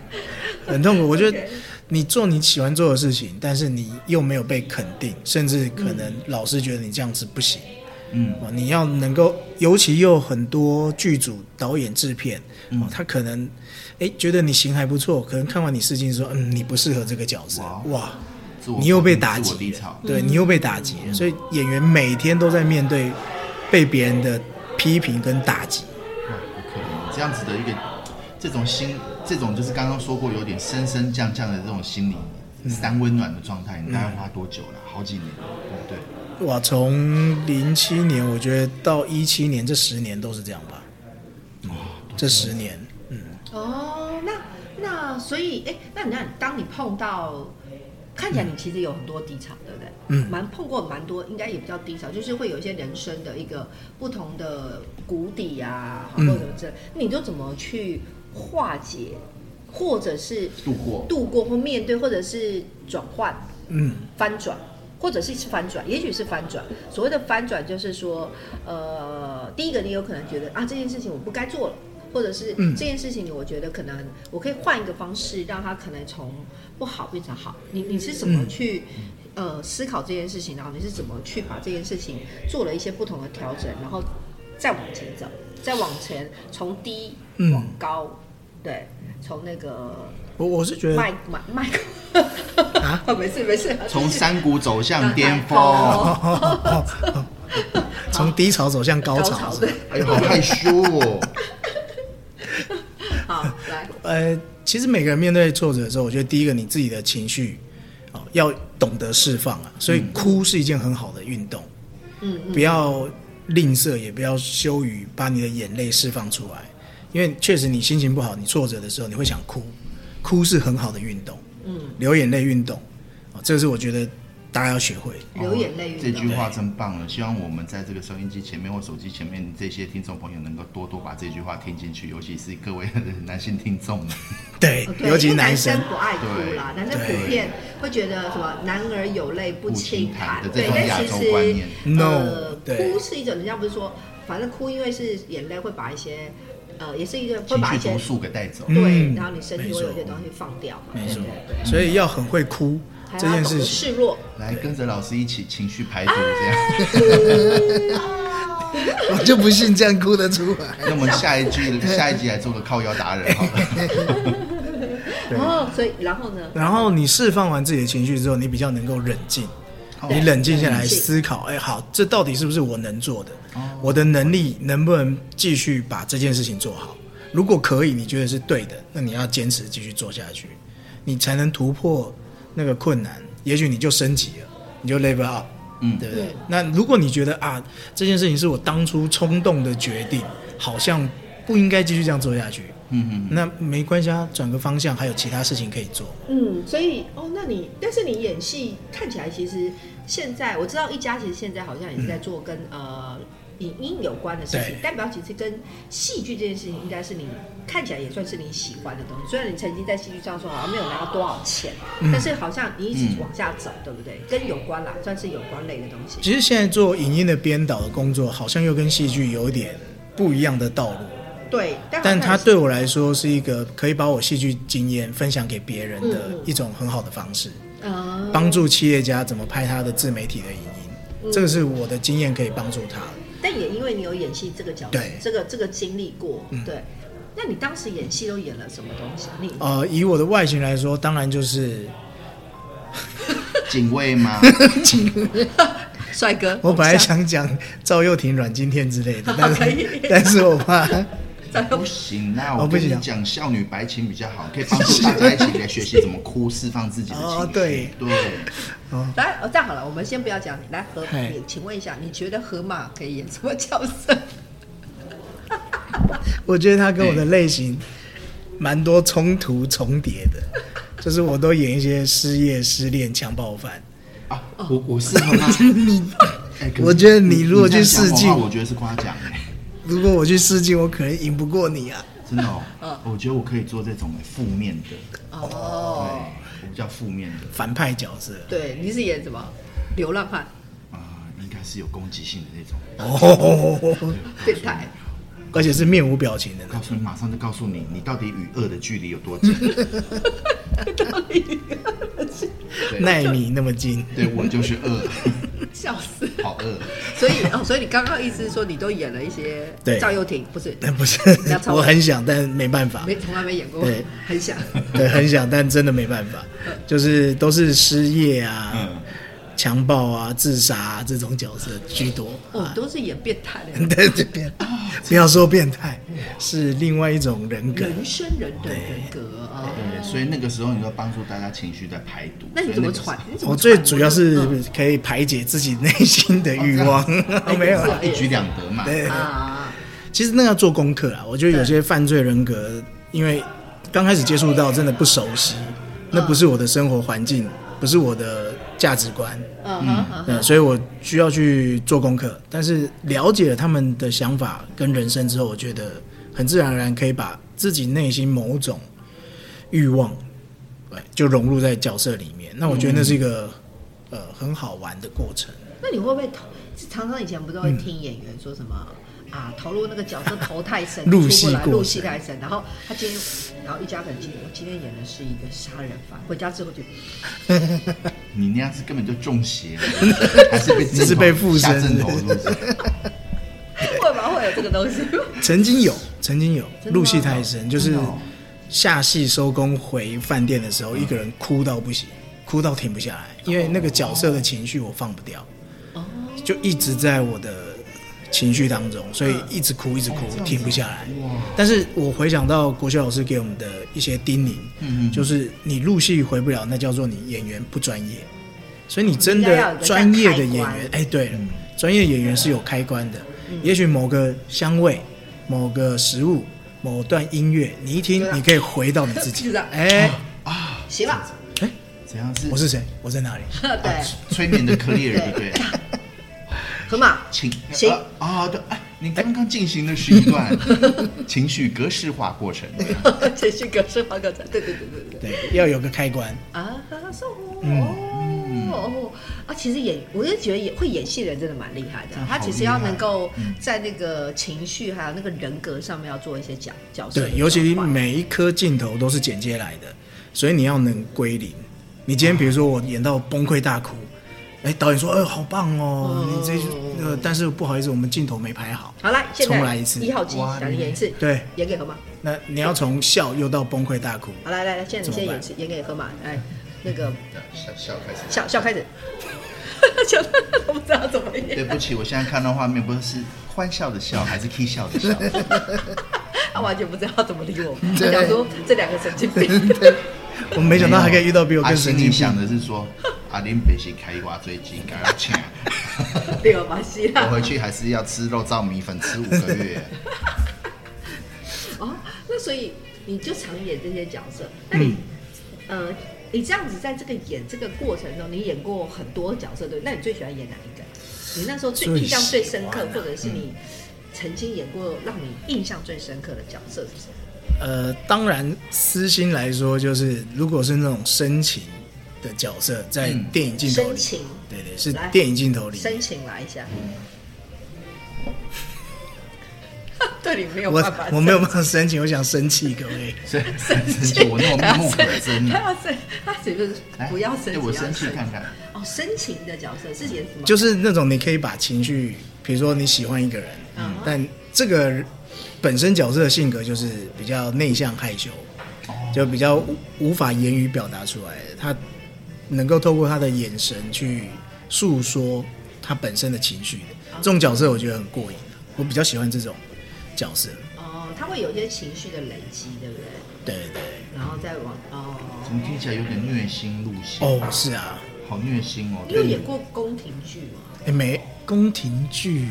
S3: 很痛苦。我觉得
S1: OK
S3: 你做你喜欢做的事情，但是你又没有被肯定，甚至可能老师觉得你这样是不行。
S2: 嗯，
S3: 哦，你要能够，尤其又很多剧组、导演、制片，
S2: 嗯
S3: 哦，他可能，哎，觉得你行还不错，可能看完你试镜说，嗯，你不适合这个角色
S2: 哇，
S3: 哇，
S2: 自我
S3: 你又被打击
S2: 自我低嗯
S3: 了
S2: 潮，，
S3: 对你又被打击了，所以演员每天都在面对被别人的批评跟打击。
S2: 哇，不可能！这样子的一个这种心，这种就是刚刚说过有点升升降降的这种心理、三温暖的状态，你大概花多久了？好几年，对不对？
S3: 哇，从零七年我觉得到一七年这十年都是这样吧，这十年，嗯，
S1: 哦，那那所以，哎、那你看，当你碰到看起来你其实有很多低潮，对不对？
S3: 嗯
S1: 蛮碰过蛮多，应该也比较低潮，就是会有一些人生的一个不同的谷底啊，或
S3: 嗯
S1: 者什么这，你都怎么去化解，或者是
S2: 度过
S1: 度过或面对，或者是转换？
S3: 嗯
S1: 翻转，或者是一次翻转，也许是翻转。所谓的翻转，就是说，呃，第一个你有可能觉得啊，这件事情我不该做了。或者是
S3: 嗯
S1: 这件事情，我觉得可能我可以换一个方式，让它可能从不好变成好。你你是怎么
S3: 嗯
S1: 去、呃思考这件事情，然后你是怎么去把这件事情做了一些不同的调整，然后再往前走，再往前从低
S3: 嗯
S1: 往高，对，从那个
S3: 我我是觉得
S1: 麦麦麦
S3: 啊，
S1: 哦没事没事，
S2: 从山谷走向巅峰。
S1: 哦
S3: 从低潮走向 高潮
S1: 潮
S3: 是吧
S1: 对，
S2: 哎呦，好害羞哦！
S1: 好来，
S3: 呃，其实每个人面对挫折的时候，我觉得第一个你自己的情绪哦要懂得释放啊，所以哭是一件很好的运动，
S1: 嗯嗯
S3: 不要吝啬，也不要羞于把你的眼泪释放出来，因为确实你心情不好，你挫折的时候你会想哭，哭是很好的运动，
S1: 嗯，
S3: 流眼泪运动，哦，这是我觉得大家要学会。
S2: 哎
S1: 流眼泪运动
S2: 这句话真棒了！希望我们在这个收音机前面或手机前面这些听众朋友能够多多把这句话听进去，尤其是各位男性听 众们。
S3: 对
S1: 哦，对
S3: 尤其
S1: 因为男
S3: 生，
S1: 不爱哭啦，男生普遍会觉得什么“男儿有泪不轻弹”，
S2: 不
S1: 对
S2: 轻，弹
S1: 但
S2: 的这种
S1: 其
S2: 亚洲观念
S1: 实
S3: No，
S1: 呃，
S3: 对
S1: 哭是一种，人家不是说，反正哭因为是眼泪会把一些，呃，也是一个会
S2: 情
S1: 把
S2: 绪
S1: 一些
S2: 毒素给带走。
S1: 对，
S3: 嗯
S1: 然后你身体会有一些东西放掉嘛，
S3: 没
S1: 对
S3: 错
S1: 对对，，
S3: 所以要很会哭
S1: 还
S3: 这
S1: 要
S3: 件
S1: 懂
S3: 事
S1: 得
S3: 情。
S1: 示弱，
S2: 来，跟着老师一起情绪排毒，这 样。
S3: 我就不信这样哭得出来。
S2: 那我们下一句，下一集来做个靠腰达人 好了。嗯
S3: 对
S1: 哦，所以然后呢，
S3: 然后你释放完自己的情绪之后，你比较能够冷静，你冷静下来思考，哎，好，这到底是不是我能做的？我的能力能不能继续把这件事情做好？如果可以，你觉得是对的，那你要坚持继续做下去，你才能突破那个困难。也许你就升级了，你就 level up，
S2: 嗯
S3: 对不对
S1: 嗯？
S3: 那如果你觉得啊，这件事情是我当初冲动的决定，好像不应该继续这样做下去，
S2: 嗯嗯。
S3: 那没关系啊，转个方向，还有其他事情可以做。
S1: 嗯，所以哦，那你但是你演戏看起来其实现在我知道一家其实现在好像也是在做跟、呃影音有关的事情
S3: 对，
S1: 但表其实跟戏剧这件事情应该是你看起来也算是你喜欢的东西。虽然你曾经在戏剧上说好啊像没有拿到多少钱，
S3: 嗯
S1: 但是好像你一直
S2: 嗯
S1: 往下走，对不对？跟有关啦，算是有关类的东西。
S3: 其实现在做影音的编导的工作，好像又跟戏剧有一点不一样的道路，
S1: 对，嗯但好像
S3: 但它
S1: 也是
S3: 对我来说是一个可以把我戏剧经验分享给别人的
S1: 嗯嗯
S3: 一种很好的方式，
S1: 呃
S3: 帮助企业家怎么拍他的自媒体的影
S1: 嗯
S3: 音，这个是我的经验可以帮助他。
S1: 但也因为你有演戏这个角色
S3: 对，
S1: 这个这个经历过，
S3: 嗯
S1: 对。那你当时演戏都演了什么东西？你
S3: 呃，以我的外形来说，当然就是
S2: 警卫 吗？
S1: 帅哥，
S3: 我本来
S1: 偶像
S3: 想讲赵又廷、阮经天之类的，但
S1: 可
S3: 是
S1: 以
S3: 但是我怕
S2: 不行啦，
S3: 哦
S2: 我
S3: 不
S2: 跟
S3: 行
S2: 你
S3: 啊
S2: 讲，少女白情比较好，可以帮助大家一起来学习怎么哭，释放自己的情
S3: 哦
S2: 绪。
S3: 对
S2: 对，
S1: 来，哦，这样好了，我们先不要讲。来，河
S3: 嘿，
S1: 你请问一下，你觉得河马可以演什么角色？
S3: 我觉得他跟我的类型蛮多冲突重叠的，就是我都演一些失业、失恋、强暴犯。
S2: 啊，我我适合 吗？哎你，
S3: 哦我觉得你如果去试
S2: 试
S3: 镜
S2: 我觉得是夸奖哎，
S3: 如果我去试镜，我可能赢不过你啊。
S2: 真的哦，我觉得我可以做这种负面的，对，
S1: 哦，
S2: 我比较负面的
S3: 反派角色
S1: 对，你是演什么？流浪汉
S2: 啊，应该是有攻击性的那种。
S3: 哦，
S1: 变态。
S3: 而且是面无表情的
S2: 我
S3: 呢。
S2: 告诉你，马上就告诉你，你到底与恶的距离有多近？对，
S3: 奈米那么近，
S2: 对我就是恶，
S1: 笑死！
S2: 好恶。
S1: 所以哦，所以你刚刚意思是说你都演了一些
S3: 对
S1: 赵又廷不是
S3: 但不是
S1: 要，超
S3: 我很想，但没办法
S1: 没，从来没演过
S3: 对，
S1: 很想
S3: 对，很想，但真的没办法，就是都是失业啊、
S2: 嗯，
S3: 强暴啊、自杀啊这种角色居多。
S1: 哦，都是演变态的
S3: 对，这变， 不要说变态，是另外一种人格。
S1: 人生人等人格啊。
S2: 对，所以那个时候你要帮助大家情绪在排毒。
S1: 那你
S2: 所以
S1: 怎么
S2: 个时候
S1: 传？你怎么
S3: 我最
S1: 传
S3: 主要是
S1: 嗯
S3: 可以排解自己内心的欲望， 哦没有啦。
S2: 一举两得嘛。
S3: 对
S1: 啊，
S3: 其实那要做功课啦，我觉得有些犯罪人格，因为刚开始接触到真的不熟悉，那不是我的生活环境，不不是我的价值观，
S1: 嗯哼嗯
S3: 嗯，
S1: 哼，
S3: 所以我需要去做功课。但是了解了他们的想法跟人生之后，我觉得很自然而然可以把自己内心某种欲望，对，就融入在角色里面。那我觉得那是一个、呃很好玩的过程。
S1: 那你会不会投？常常以前不都会听演员说什么、啊，投入那个角色投太深，
S3: 入
S1: 出
S3: 戏
S1: 不来，
S3: 过
S1: 入戏太深，然后他今天，然后一家人今天我今天演的是一个杀人犯，回家之后就
S2: 你那样子根本就中 邪了，还是被
S3: 你是被附身
S2: 下正头是不 是？
S1: 会吗？会有这个东西 吗？
S3: 曾经有，曾经有
S1: 真的吗
S3: 入戏太深，就是
S2: 真的哦
S3: 下戏收工回饭店的时
S1: 嗯
S3: 候，一个人哭到不行，哭到停不下来，因为那个角色的情绪我放不掉，
S1: 哦，
S3: 就一直在我的情绪当中，所以一直哭一直哭，
S1: 哦
S3: 停不下来。但是我回想到国学老师给我们的一些叮咛，
S2: 嗯嗯
S3: 就是你入戏回不了，那叫做你演员不专业。所以你真
S1: 应该要
S3: 的
S1: 有一个像
S3: 专业的
S1: 开
S3: 演
S1: 关
S3: 员，哎，对
S1: 嗯
S3: 了，专业演员是有开关的。也许某个香味、某个食物、某段音乐，你一听
S1: 对，啊
S3: 你可以回到你自己
S1: 是的。
S3: 哎
S1: 行了，
S3: 哎，
S2: 怎样是？啊
S3: 我是谁？我在哪里？
S1: 对，
S2: 催眠的 clear 对不对？
S1: 河 马
S2: 情
S1: 行
S2: 啊啊对，哎，您刚刚进行的是一 段情绪格式化过程。
S1: 情绪格式化过程，对对对对对。
S3: 对，要有个开关。
S1: 啊，送我哦哦啊！其实演，我就觉得演会演戏的人真的蛮厉害的
S2: 真。
S1: 他
S2: 好
S1: 其实
S2: 厉
S1: 要
S2: 害
S1: 能够在那个情绪还有那个人格上面要做一些角角色的
S3: 对
S1: 转，换，
S3: 尤其每一颗镜头都是剪接来的，所以你要能归零。你今天比如说我演到崩溃大哭，哎，导演说，哎，好棒
S1: 嗯
S3: 哦，你这呃，但是不好意思，我们镜头没拍好。
S1: 好来，现在
S3: 重来一次
S1: 一号机，
S2: 哇
S1: 来你演一次，
S3: 对，
S1: 演给河马。
S3: 那你要从笑又到崩溃大哭，
S1: 好来来来，现在你
S3: 怎
S1: 先
S3: 么
S1: 演一
S3: 办
S1: 次，演给河马。来，那个
S2: 笑笑开始。
S1: 笑笑开始， 笑到我不知道怎么
S2: 对
S1: 演。
S2: 不起，我现在看到画面，不知道是欢笑的笑还是 k 笑的笑。
S1: 他啊完全不知道怎么理我们，
S3: 对
S1: 他想说这两个神经病。
S3: 我没
S1: 哎
S3: 想到还可以遇到比我更神
S2: 啊心
S3: 经
S2: 里
S3: 病
S2: 想。的是说， 阿林北是开挂最近该要请，
S1: 对吧？马西
S2: 我
S1: 拉。
S2: 回去还是要吃肉燥米粉吃五个 月。
S1: 哦，那所以你就常演这些角色，那你、
S2: 嗯
S1: 呃，你这样子在这个演这个过程中，你演过很多角色对不对？那你最喜欢演哪一个？你那时候最
S3: 最
S1: 印象最深
S3: 喜
S1: 刻
S3: 欢，啊
S1: 或者是你曾经演过让你印象最深刻的角色是什么？
S3: 呃，当然，私心来说，就是如果是那种深情的角色，在
S2: 嗯
S3: 电影镜头
S1: 深
S3: 里，
S1: 情，
S3: 对对，是
S1: 来
S3: 电影镜头里，
S1: 深情来一下。 对你没有
S3: 我
S1: 办法，
S3: 我没有办法深情，我想生气，各位。
S2: 所以
S1: 生
S2: 生
S1: 气
S2: 气，我那么
S1: 他
S2: 面目可
S1: 要生
S2: 憎
S1: 他
S2: 啊。
S1: 要生，他只是
S2: 来
S1: 不要生
S2: 哎对
S1: 气，
S2: 我
S1: 要
S2: 生气看看。
S1: 哦，深情的角色是演什么？
S3: 就是那种你可以把情绪，比如说你喜欢一个人，
S1: 嗯
S3: 但这个人本身角色的性格就是比较内向害羞，就比较无无法言语表达出来的，他能够透过他的眼神去诉说他本身的情绪的，这种角色我觉得很过瘾，我比较喜欢这种角色。
S1: 哦，他会有一些情绪的累积，对不对？
S3: 对对对，
S1: 然后再往
S2: 怎
S3: 嗯
S1: 哦，
S2: 么听起来有点虐心入戏？
S3: 哦，是啊，
S2: 好虐心哦。
S1: 你有
S2: 对
S1: 演过宫廷剧吗？
S3: 诶没宫廷剧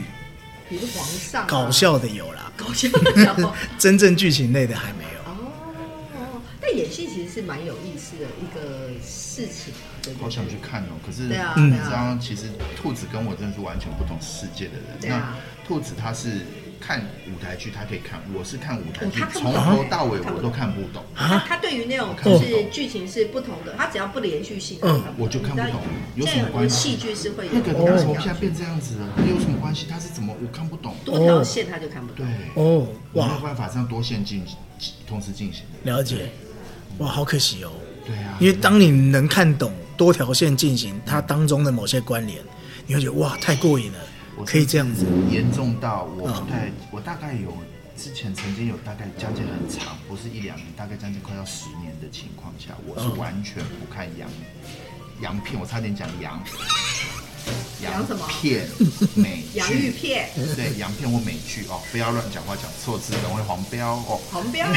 S1: 比如皇上、啊、
S3: 搞笑的有啦，
S1: 搞笑的 角
S3: 真正剧情类的还没有。
S1: 哦，那演戏其实是蛮有意思的一个事情啊，对不
S2: 好
S1: 对？
S2: 想去看哦，可是
S1: 对啊
S3: 嗯
S2: 你
S1: 对啊
S2: 知道，其实兔子跟我真的是完全不同世界的人。
S1: 对啊
S2: 那兔子他是看舞台剧，他可以看；我是看舞台剧
S1: 哦他，看不
S2: 从
S1: 懂
S2: 头到尾我都看不懂，
S1: 他他对于那种就是剧情是不同的，他只要不连续性，
S3: 嗯
S1: 他
S2: 我就看不
S1: 你知道
S2: 懂有
S1: 现
S2: 什
S1: 在有很
S2: 么
S1: 多
S2: 关系
S1: 戏剧是会有
S2: 那个
S1: 多
S2: 他
S1: 条
S2: 怎么现在变这样子了？有什么关系？他是怎么我看不懂？
S1: 多条线他就看不
S2: 对
S1: 懂。，
S3: 哦，
S2: 我没有
S3: 哇，
S2: 办法这样多线进同时进行的。
S3: 了解，哇，好可惜哦。
S2: 对啊，
S3: 因为当你能看懂多条线进行它当中的某些关联，你会觉得哇，太过瘾了，
S2: 我
S3: 可以这样子。嗯
S2: 严重到我不太，我大概有之前曾经有大概将近很长，不是一两年，大概将近快要十年的情况下，我是
S3: 嗯
S2: 完全不看洋洋片，我差点讲洋
S1: 洋什么
S2: 片美
S1: 洋芋
S2: 剧，
S1: 片、
S2: 对洋片或美剧哦，不要乱讲话，讲错字等会黄标哦。
S1: 黄标，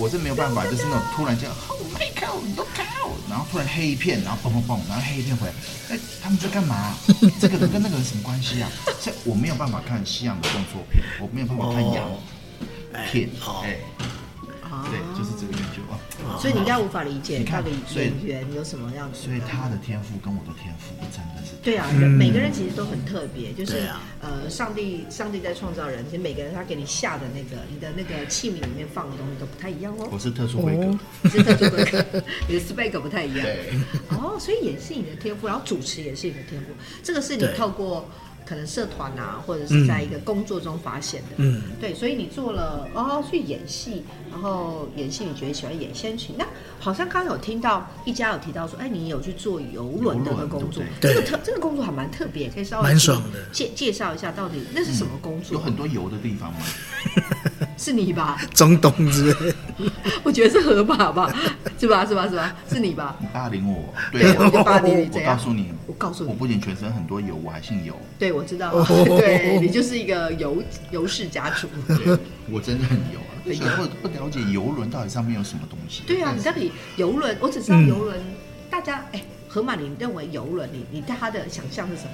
S2: 我是没有办法，就是那种突然间，Oh my God，Look out！然后突然黑一片，然后嘣嘣嘣，然后黑一片回来，哎、他们在干嘛、这个人跟那个人什么关系啊？所以我没有办法看西洋的动作片，我没有办法看洋片，哎、
S3: 哦
S1: 哦
S2: 对，就是这个研究啊。
S1: 所以你应该无法理解
S2: 你
S1: 到
S2: 看
S1: 底
S2: 所以
S1: 演员有什么样子
S2: 所以他的天赋跟我的天赋真的是
S1: 对啊，人每个人其实都很特别，就是
S3: 对啊
S1: 呃，上帝上帝在创造人，其实每个人他给你下的那个你的那个器皿里面放的东西都不太一样哦
S2: 我。是特殊规格
S3: 哦，
S1: 你是特殊规格，你的 spec 不太一样。
S2: 对，
S1: 哦，所以也是你的天赋，然后主持也是你的天赋，这个是你
S3: 对
S1: 透过可能社团啊，或者
S3: 嗯
S1: 是在一个工作中发现的。
S3: 嗯，
S1: 对，所以你做了哦，去演戏，然后演戏你觉得喜欢演先曲，那好像刚刚有听到一家有提到说，哎，你有去做游轮的
S2: 游轮
S1: 工作，
S3: 对
S1: 这
S3: 不
S1: 个
S3: 对
S1: 特这个工作还蛮特别，可以稍微
S3: 蛮爽的
S1: 介介绍一下到底那是什么工
S2: 有
S1: 作？
S2: 很多油的地方嘛，
S1: 是你吧？
S3: 中东之类的，
S1: 我觉得是河马吧， 是吧？是吧？是吧？是你吧？
S2: 你霸 凌我，
S1: 对
S2: 对，
S1: 我就霸凌你
S2: 我
S1: 怎
S2: 告
S1: 样
S2: 诉你，
S1: 我告诉你
S2: 我不仅全身很多油，我还姓油，
S1: 对，我知道，
S3: 哦
S1: 对你就是一个游游氏家族。
S2: 对，我真的很油啊，所以我不了解游轮到底上面有什么东西。
S1: 对啊，
S2: 但
S1: 你
S2: 是
S1: 到底游轮？我只知道
S3: 嗯
S1: 游轮，大家哎，河马，你认为游轮，你你对它的想象是什么？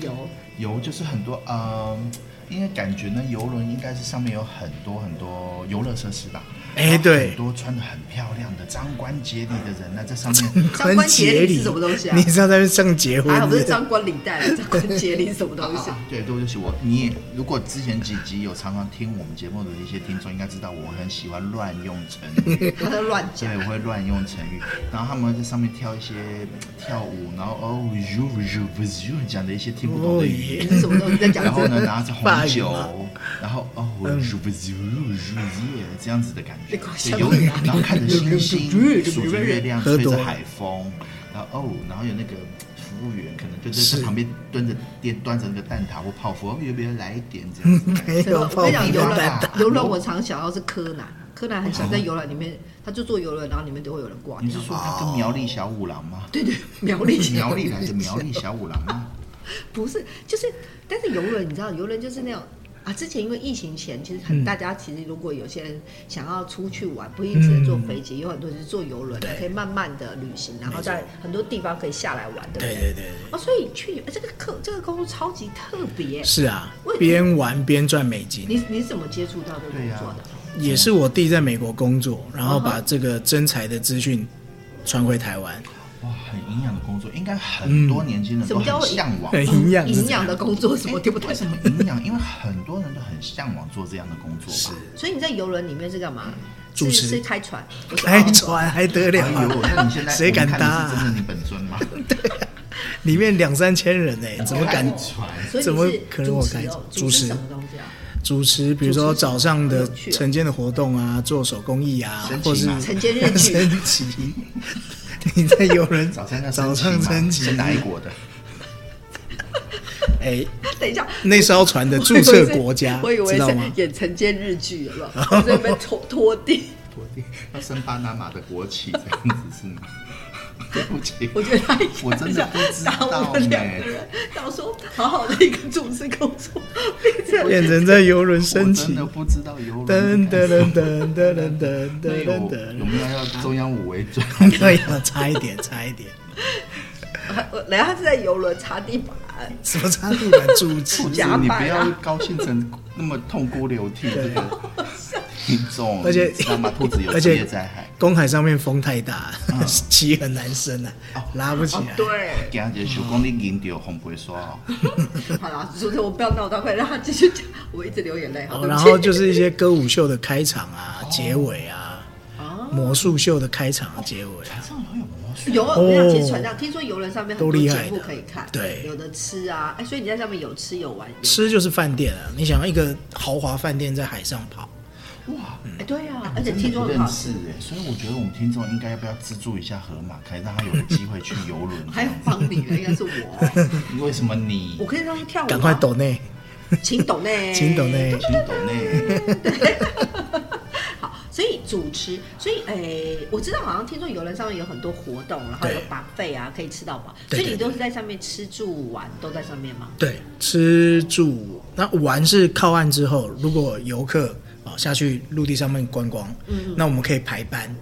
S1: 游
S2: 油就是很多，嗯，因为感觉呢，游轮应该是上面有很多很多游乐设施吧。
S3: 哎对
S2: 很多穿的很漂亮的、张冠杰里的人呢，在上 面
S1: 张冠节里是什么东西啊
S3: 你知道在那边上结婚
S1: 还好不
S3: 是
S1: 是
S3: 不是？
S1: 张冠李戴，张冠杰林是什么东西？，
S2: 啊对，对不起，我你也如果之前几集有常常听我们节目的一些听众，应该知道我很喜欢乱用成语
S1: 他在乱
S2: 所
S1: 讲
S2: 以。我会乱用成 语。然后他们在上面跳一些跳舞，然后哦，you you you 讲的一些听不
S3: 哦
S2: 懂的语
S1: 你
S2: 言。
S1: 是什么东西 在讲
S2: 然后
S1: 这
S2: 呢，
S1: 个？
S2: 拿着
S3: 法
S2: 红
S3: 语
S2: 酒
S3: 吗，
S2: 然后哦，you you you 这样子的感
S1: 你
S2: 觉
S1: 搞，笑
S2: 对有点然后看着星星，数着月亮，
S3: 喝
S2: 吹
S3: 多
S2: 着
S3: 了
S2: 海风，然后哦，然后有那个服务员可能就在
S3: 是
S2: 在旁边蹲着店端着那个蛋挞或泡芙，哦要不要来一点这样子的感觉？
S3: 没
S1: 真的
S3: 有
S1: 我
S3: 泡
S1: 跟
S3: 芙
S1: 你讲，啊游
S2: 有
S3: 的
S2: 了
S3: 蛋
S1: 轮
S3: 挞，
S1: 游轮，我常想到是柯南，柯南很想在游轮里面，他就坐游轮，然后里面都会有人挂
S2: 你
S1: 尿
S2: 是。说他跟苗栗小五郎吗？
S1: 对对，苗栗
S2: 是苗 栗来的苗栗小五郎吗？
S1: 不是，就是，但是游轮你知道，游轮就是那种啊，之前因为疫情前，其实
S3: 嗯
S1: 很、大家其实如果有些人想要出去玩，不一定只能坐飞机，有很多人是坐游轮，
S3: 嗯对
S1: 可以慢慢的旅行，然后在很多地方可以下来玩，对不
S3: 对
S1: 对？
S3: 对对对，
S1: 哦，所以去这个课这个工作超级特别，
S3: 是啊
S1: 我，
S3: 边玩边赚美金。
S1: 你你怎么接触到这个工
S2: 对啊呀
S1: 作的？
S3: 也是我弟在美国工作，然后把
S1: 嗯哼
S3: 这个真才的资讯传回台湾，
S1: 哦
S2: 哇，很营养的工作，应该很多年轻人都
S1: 什么叫
S2: 很向往。
S3: 很营养，
S1: 营养的工作什
S2: 哎
S1: 么听不太
S2: 为什
S1: 懂。
S2: 么营养？因为很多人都很向往做这样的工作吧。
S1: 所以你在游轮里面是干嘛？
S3: 主
S1: 是
S3: 持
S1: 是开船，不是
S3: 哎，
S1: 哦
S3: 船还得了、
S2: 哎呦，那你现在
S3: 谁敢
S2: 我们
S3: 搭、
S2: 看你是真
S3: 啊？
S2: 的你本尊吗？
S3: 里面两三千人呢、怎么敢
S2: 开船？
S1: 所以
S3: 怎么
S1: 你是
S3: 可能我
S1: 主持
S3: 开
S1: 哦
S3: 主
S1: 主
S3: 持
S1: 持什么东西啊？
S3: 主持？比如说早上的
S1: 主持什么
S3: 晨间的活动啊，做手工艺啊
S2: 升，旗
S3: 或是
S2: 吗
S1: 晨间 日剧
S3: 升旗。你在游 轮
S2: 早餐要
S3: 早
S2: 升旗
S3: 上
S2: 吗
S3: 升
S2: 是
S3: 旗，
S2: 哪一国的？
S3: 哎，
S1: 等一下，
S3: 那艘船的注册国家，
S1: 我以为
S3: 知
S1: 是
S3: 道
S1: 我以为
S3: 吗
S1: 是？演晨间日剧，有没有？在那边拖拖地，
S2: 我的要升巴拿马的国旗，这样子是吗？对不起，
S1: 我觉得他一
S2: 我真的不知道
S1: 打
S3: 欸
S1: 我们两
S2: 呢
S1: 个人，到时候好好的一个主持工作，变 成
S3: 变成在游轮
S2: 我
S3: 升旗
S2: 真，的不知道游轮
S3: 噔
S2: 的
S3: 噔
S2: 感受。
S3: 噔噔噔噔噔
S2: 那有
S3: 噔噔
S2: 有
S3: 噔，
S2: 没有要中央五为准？
S3: 对呀，差一点，差一点，
S1: 然后他是在游轮擦地板，
S3: 什么差地板主持
S2: 不？
S1: 假扮啊
S2: 你不要高兴成那么痛哭流涕，这个听众，
S3: 而且
S2: 你知道吗？兔子有
S3: 而
S2: 职
S3: 且
S2: 业灾害，
S3: 公海上面风太大， 旗很难升啊，拉不起来。
S1: 哦对，
S2: 今日手工你赢到红不会说哦，
S1: 好啦，主持人我不要闹他，快让他继续讲，我一直流眼泪，好，
S3: 哦
S1: 对不
S3: 然
S1: 起
S3: 后就是一些歌舞秀的开场啊、结尾啊，
S1: 哦
S3: 魔术秀的开场、啊、结尾啊，
S2: 上游有魔术，
S1: 有，啊
S3: 哦
S1: 没有？其实船上听说游轮上面很
S3: 都
S1: 多
S3: 厉
S1: 节
S3: 害
S1: 目
S3: 的
S1: 可以看，
S3: 对
S1: 有的吃啊，哎，所以你在上面有吃有玩，有
S3: 吃就是饭店啊。你想要一个豪华饭店在海上跑，
S2: 哇，
S1: 哎，对啊，而且
S2: 真
S1: 听
S2: 的
S1: 说
S2: 不
S1: 很
S2: 认
S1: 好吃
S2: 识，哎，所以我觉得我们听众应该要不要资助一下河马，可以让他有个机会去游轮这
S1: 还
S2: 样
S1: 有帮你的应该是我。
S2: 子？为什么
S1: 我
S2: 你
S1: 可以让他跳舞吗，
S3: 赶快抖内，
S1: 请懂呢，
S3: 请抖内。
S2: 请懂内？
S1: 好，所以主持，所以诶、我知道好像听说游轮上面有很多活动，然后
S3: 对
S1: 有把费啊，可以吃到饱，所
S3: 对
S1: 以你
S3: 对
S1: 都是在上面吃住玩都在上面吗？
S3: 对，吃住那玩是靠岸之后，如果游客哦下去陆地上面观光，
S1: 嗯
S3: 那我们可以排班。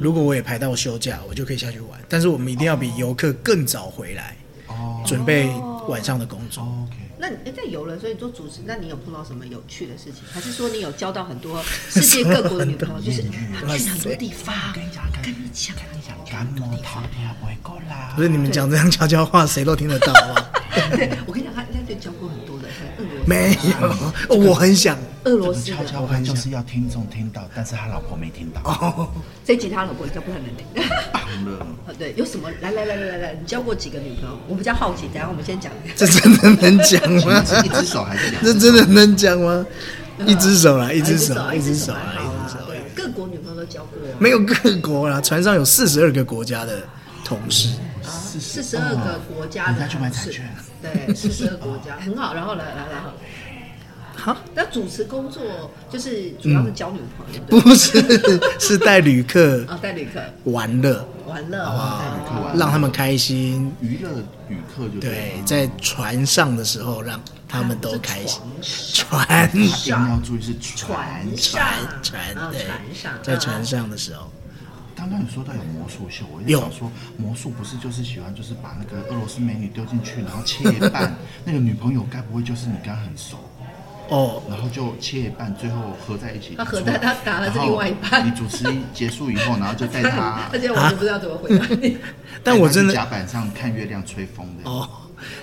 S3: 如果我也排到休假，我就可以下去玩，但是我们一定要比游客更早回来，
S2: 哦
S3: 准备晚上的工作。
S2: ，OK，
S1: 那那你哎在游轮，所以做主持，那你有碰到什么有趣的事情？还是说你有交到很多世界各国的女朋 友？就是啊她去很多地方。
S2: 跟你讲，跟你讲，跟你讲，感冒糖尿不会够啦。
S3: 不是你们讲这样悄悄话，谁都听得到啊？
S1: 对，我跟你讲，她应该就交过很多的，可能俄罗斯
S3: 没有，我很想。
S1: 俄
S2: 这
S1: 罗
S2: 个
S1: 斯
S2: 悄
S1: 的。
S2: 悄话就是要听众听到，但是他老婆没听到。
S3: 哦，
S1: 这吉他老婆应该不太能听。
S2: 棒了，
S1: 哦对，有什么？来来来来来来，你交过几个女朋友？我比较好奇，等一下我们先讲。
S3: 这真的能讲吗？
S2: 一只手还是两只
S3: 这
S2: 手？
S3: 真的能讲吗？一只手啦，一只手，
S1: 啊
S3: 一
S1: 一
S3: 只
S1: 只
S3: 手
S1: 手啊，
S3: 啦，
S1: 好
S3: 一只
S1: 啊
S3: 手。
S1: 对各国女朋友都交过啊，
S3: 没有各国啦，船上有四十二个国家的同事，
S2: 四
S1: 四十二个国
S3: 哦
S1: 家
S2: 人家
S1: 的
S2: 去买
S1: 同
S2: 彩
S1: 事
S2: 券，
S1: 对，四十二国家，很好。然后来来来，好
S3: 哈，
S1: 那主持工作就是主要是交女朋友，对不对
S3: 不是，是带旅客
S1: 啊，带旅客
S3: 玩乐，
S1: 玩乐，
S3: 啊
S1: 带旅客玩乐。
S3: 让他们开心。
S2: 娱乐旅客就
S3: 对
S2: 了，
S3: 在船上的时候让他们都开心。
S1: 嗯
S3: 船
S2: 一定要注意是船
S1: 船。上，
S3: 船
S1: 啊
S3: 对
S1: 船上，，
S3: 在船
S1: 上，
S3: 上的时候，
S2: 刚刚你说到有魔术秀，我
S3: 有
S2: 就想说，魔术不是就是喜欢就是把那个俄罗斯美女丢进去，然后切一半，那个女朋友该不会就是你刚很熟？
S3: 哦，
S2: 然后就切一半，最后合在一起。
S1: 他合在他打的是另外一半
S2: 然后你主持结束以后，然后就 带 他
S1: 而且我就不知道怎么回答 你。
S3: 但我真
S2: 带他去甲
S3: 的
S2: 板上看月亮吹风的。
S3: 哦，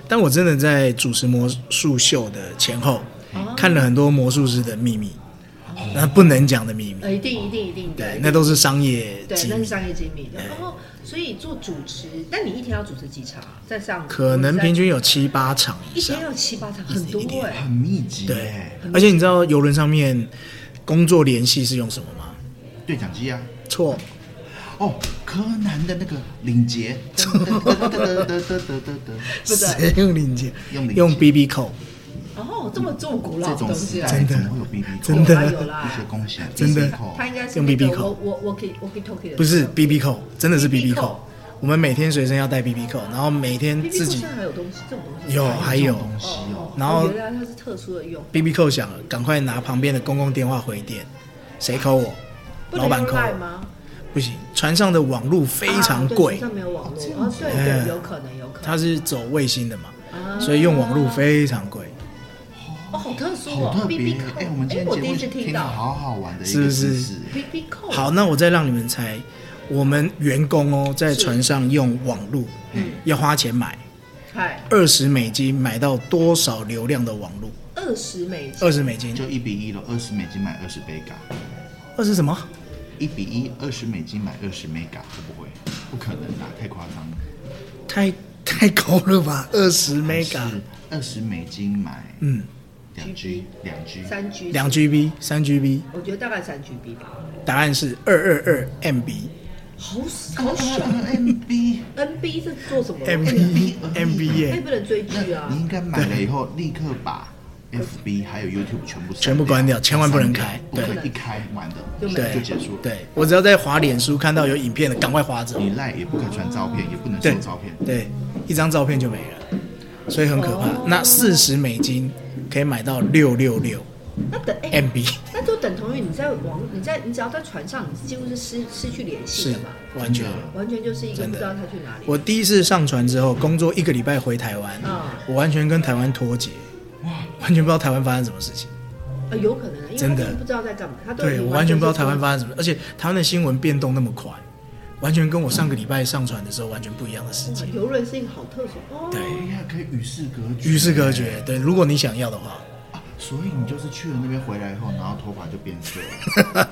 S3: 但我真的在主持魔术秀的前后，
S1: 哦
S3: 看了很多魔术师的秘密，那不能讲的秘密，
S1: 呃，一定一定一定的
S3: 对，，那都是商业
S1: 对，
S3: 机
S1: 那是
S3: 密。
S1: 商业机密的。然后，所以做主持，但你一天要主持几场啊？在上
S3: 可能平均有七八场以
S1: 一
S3: 上
S1: 天，要七八场，很多哎。
S2: 很密集
S3: 对
S2: 耶，。
S3: 而且你知道游轮上面工作联系是用什么吗？
S2: 对讲机啊，
S3: 错，
S2: 哦，柯南的那个领结，得得得得得得得得得，
S1: 不对
S3: 谁用领结？
S2: 用领结
S3: 用 BB 扣，
S1: 哦，这么这么古老
S2: 这
S1: 的
S2: 种
S1: 东
S2: 时
S1: 西啊！
S2: 代
S3: 真的
S2: 怎么会有 BB 扣？
S3: 真的
S1: 有啦有啦
S2: 一些贡献，
S3: 真的
S2: BB 扣
S1: 它应该是
S3: 用
S1: 那个
S3: BB 扣
S1: 我我我可以我可以 talk 的，
S3: 不是 BB 扣，真的是
S1: BB
S3: BB
S1: 扣
S3: 扣。我们每天随身要带 BB 扣，然后每天
S1: BB
S3: 自
S1: 扣
S3: 己
S1: 现在还有东西，这种东西
S3: 有
S1: 哦
S3: 还有
S2: 这种东西哦
S1: 哦，
S3: 然后
S1: 哦原来它是特殊的用，
S3: BB 扣响了，赶快拿旁边的公共电话回电，谁扣我？
S1: 不能
S3: 老板
S1: 用
S3: 扣
S1: Line
S3: 我，
S1: 吗？
S3: 不行，船上的网路非常
S1: 啊对
S3: 贵，
S1: 船上没有网络哦，对
S3: 哎
S1: 对，有可能有可
S3: 它
S1: 能。
S3: 是走卫星的嘛，
S1: 啊
S3: 所以用网路非常贵，
S1: 哦，好特殊
S2: 好
S1: 哦
S2: 特
S1: ，BB
S2: 别
S1: 扣，
S2: 哎，我们今天
S1: 我
S2: 节
S1: 第
S2: 目
S1: 一次听
S2: 到
S1: 到
S2: 好好玩的一
S3: 是不
S2: 个
S3: 是
S2: 知识，
S1: BB 扣，
S3: 好，那我再让你们猜，我们员工哦，在船上用网路，
S1: 嗯
S3: 要花钱买
S1: 嗨，
S3: 二十美金买到多少流量的网路？
S1: 二十美金，
S3: 二十美金，
S2: 就一比一了，二十美金买二十杯咖。
S3: 二十什么？
S2: 一比一，二十美金买二十 mega，会不会？不可能啦，太夸张了。
S3: 太太高了吧，二十 mega，
S2: 二十美金买
S3: 嗯，
S2: 两 G，两 G，
S1: 三 G，
S3: 两 GB、三 GB，
S1: 我觉得大概三 GB 吧，
S3: 答案是二二二 MB。
S1: 好好爽。
S2: 啊 MB。
S1: NB 是做什么
S3: M B 嗯 M B
S1: 那
S3: 耶，
S1: 不能追剧啊
S2: 你！应该买了以后立刻把 FB 还有 YouTube 全部删
S3: 全部关掉千万不能
S2: 删掉
S3: 开
S2: 不可
S3: 对
S2: 以一开完的
S1: 就没了
S2: 就
S3: 对，
S2: 结束了。
S3: 对我只要在滑脸书看到有影片的，赶快划走。
S2: 你赖也不可传照片，也不能收
S3: 对
S2: 照片，
S3: 对，一张照片就没了，所以很可怕。那四十美金可以买到六六六
S1: 那等哎，
S3: MB，
S1: 那就等同于你在网，你在你只要在船上，你几乎是失失去联系
S3: 是
S1: 的嘛，
S3: 完全
S2: 真。的
S1: 完全就是一个
S3: 真
S1: 不
S3: 的
S1: 知道他去哪里。
S3: 我第一次上船之后，工作一个礼拜回台湾
S1: 嗯，
S3: 我完全跟台湾脱节，完全不知道台湾发生什么事情。
S1: 呃，有可能啊，因为他
S3: 真的
S1: 就是不知道在干嘛，他都
S3: 对我完全不知道台湾
S1: 发
S3: 发生什么，而且台湾的新闻变动那么快，完全跟我上个礼拜上船的时候完全不一样的事情。
S1: 游轮是一个好特殊哦，
S3: 对，
S2: 哎呀，可以与世隔绝，
S3: 与世隔绝。对，如果你想要的话，
S2: 啊！所以你就是去了那边回来以后，然后头发就变色了，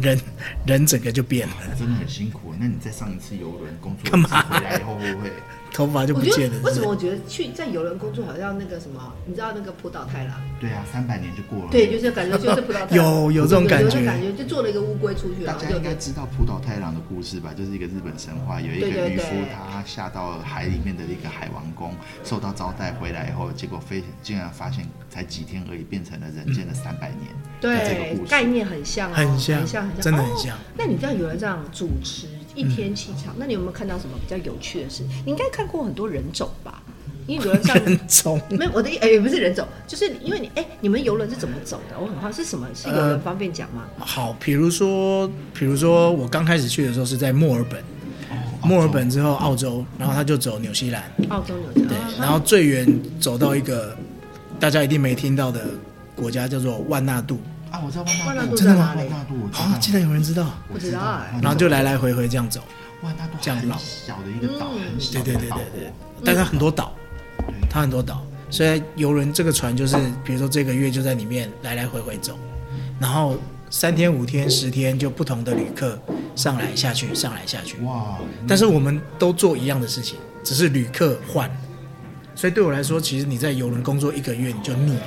S3: 人人整个就变了，
S2: 真的很辛苦。那你再上一次游轮工作一次
S3: 干嘛
S2: 回来以后会不会？
S3: 头发就
S1: 我
S3: 不
S1: 觉
S3: 见
S1: 得
S3: 了。
S1: 为什
S3: 是
S1: 么
S3: 不
S1: 我
S3: 是
S1: 觉得去在游轮工作好像那个什么，你知道那个浦岛太郎，
S2: 对啊，三百年就过了。
S1: 对，就是感觉就是 浦岛太郎
S3: 有有这种
S1: 有
S3: 感
S1: 有
S3: 觉
S1: 种感觉就做了一个乌龟出去，
S2: 大
S1: 然后
S2: 家
S1: 就
S2: 应该知道浦岛太郎的故事吧？就是一个日本神话，有一个
S1: 对对
S2: 渔夫
S1: 对
S2: 他下到海里面的一个海王宫，受到招待回来以后，结果非竟然发现才几天而已，变成了人间的三百年的这个
S1: 对
S2: 故，事。
S1: 概念很像、哦，
S3: 很像
S1: 像，很像，
S3: 真的很像嗯
S1: 哦那你知道有人这样主持一天七场，那你有没有看到什么比较有趣的事？你应该看过很多人种吧？因为 游轮上
S3: 人中
S1: 没有我的意哎、不是人种，就是因为你哎、你们游轮是怎么走的？我很好奇是什么？是游轮方便讲吗？
S3: 好，比如说，比如说我刚开始去的时候是在墨尔本，墨尔本之后
S2: 嗯
S3: 澳洲，然后他就走纽西兰，
S1: 澳洲有这
S3: 嗯对
S1: 样，
S3: 然后最远走到一个大家一定没听到的国家叫做万纳度，
S2: 啊，我知道万
S1: 万
S2: 纳
S1: 纳度
S2: 度
S3: 真的
S1: 在
S3: 吗
S1: 哪
S2: 万
S1: 里？
S2: 纳度，我知道
S3: 啊，竟然有人知道，
S2: 我
S1: 不知
S2: 知
S1: 道
S2: 道
S1: 哎，
S2: 嗯
S3: 然后就来来回回这样走，
S2: 万纳度
S3: 这样
S2: 很
S3: 绕
S2: 小的一个岛，
S1: 嗯
S2: 很小
S3: 对
S2: 的
S3: 对对对
S2: 岛
S3: 对
S2: 国，
S3: 但它很多岛，
S2: 对
S3: 它很多岛，所以游轮这个船就是，比如说这个月就在里面来来回回走，然后三天五天十天就不同的旅客上来下去上来下去，
S2: 哇，
S3: 但是我们都做一样的事情，只是旅客换。所以对我来说，其实你在游轮工作一个月你就腻了，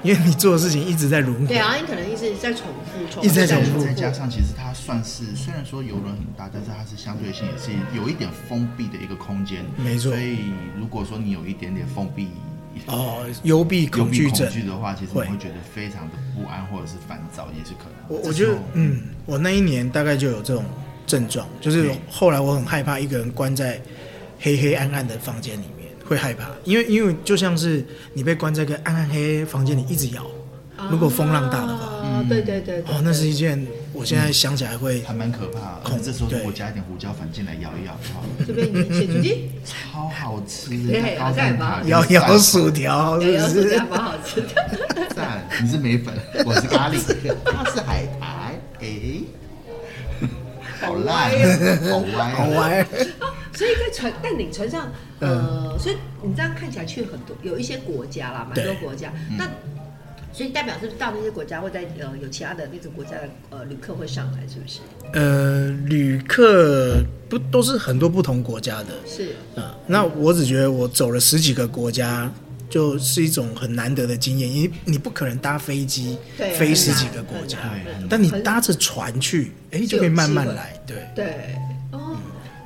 S3: 因为你做的事情一直在轮回。
S1: 对啊，你可能一直在重复，重复
S3: 一直在
S2: 再
S3: 重复
S2: 再加上，其实它算是虽然说游轮很大，但是它是相对性也是有一点封闭的一个空间，
S3: 没错
S2: 所以如果说你有一点点封闭。
S3: 哦，幽闭
S2: 有
S3: 恐惧症
S2: 恐。惧的话，其实你
S3: 会
S2: 会觉得非常的不安或者是烦躁，也是可能。
S3: 我
S2: 这
S3: 我觉得
S2: 时候，
S3: 嗯，我那一年大概就有这种症状，就是后来我很害怕一个人关在黑黑暗暗的房间里面，会害怕，因为因为就像是你被关在一个暗暗黑黑房间里一直摇，如果风浪大的话，
S1: 啊，对对对，对
S3: 哦，那是一件我现在想起来会
S2: 还蛮可怕的。而且这时候如果加一点胡椒粉进来摇一摇，哇，
S1: 就被你写出 去，
S2: 超好吃
S1: 对
S2: 的，高蛋塔
S1: 好
S3: 摇
S2: 跟
S3: 摇
S2: 蛋
S3: 薯条，
S1: 对，哎
S3: 是
S1: 要
S3: 不
S1: 是这
S3: 是
S1: 样？蛮好吃的。
S2: 赞。你是梅粉，我是咖喱，他是海苔，哎，好烂，好
S1: 啊
S2: 歪，啊
S3: 好。玩。
S1: 所以在船但你船上，
S3: 嗯
S1: 呃，所以你这样看起来去很多有一些国家啦，蛮多
S3: 对嗯
S1: 国家。那所以代表是不是到那些国家会在呃有其他的那种国家的呃旅客会上来，是不是？
S3: 呃，旅客不都是很多不同国家的，
S1: 是
S3: 啊，那我只觉得我走了十几个国家，就是一种很难得的经验，因为你不可能搭飞机
S1: 对啊
S3: 飞十几个国家，
S1: 很难
S2: 啊对啊
S3: 但你搭着船去，哎，就可以慢慢来。对，
S1: 对哦，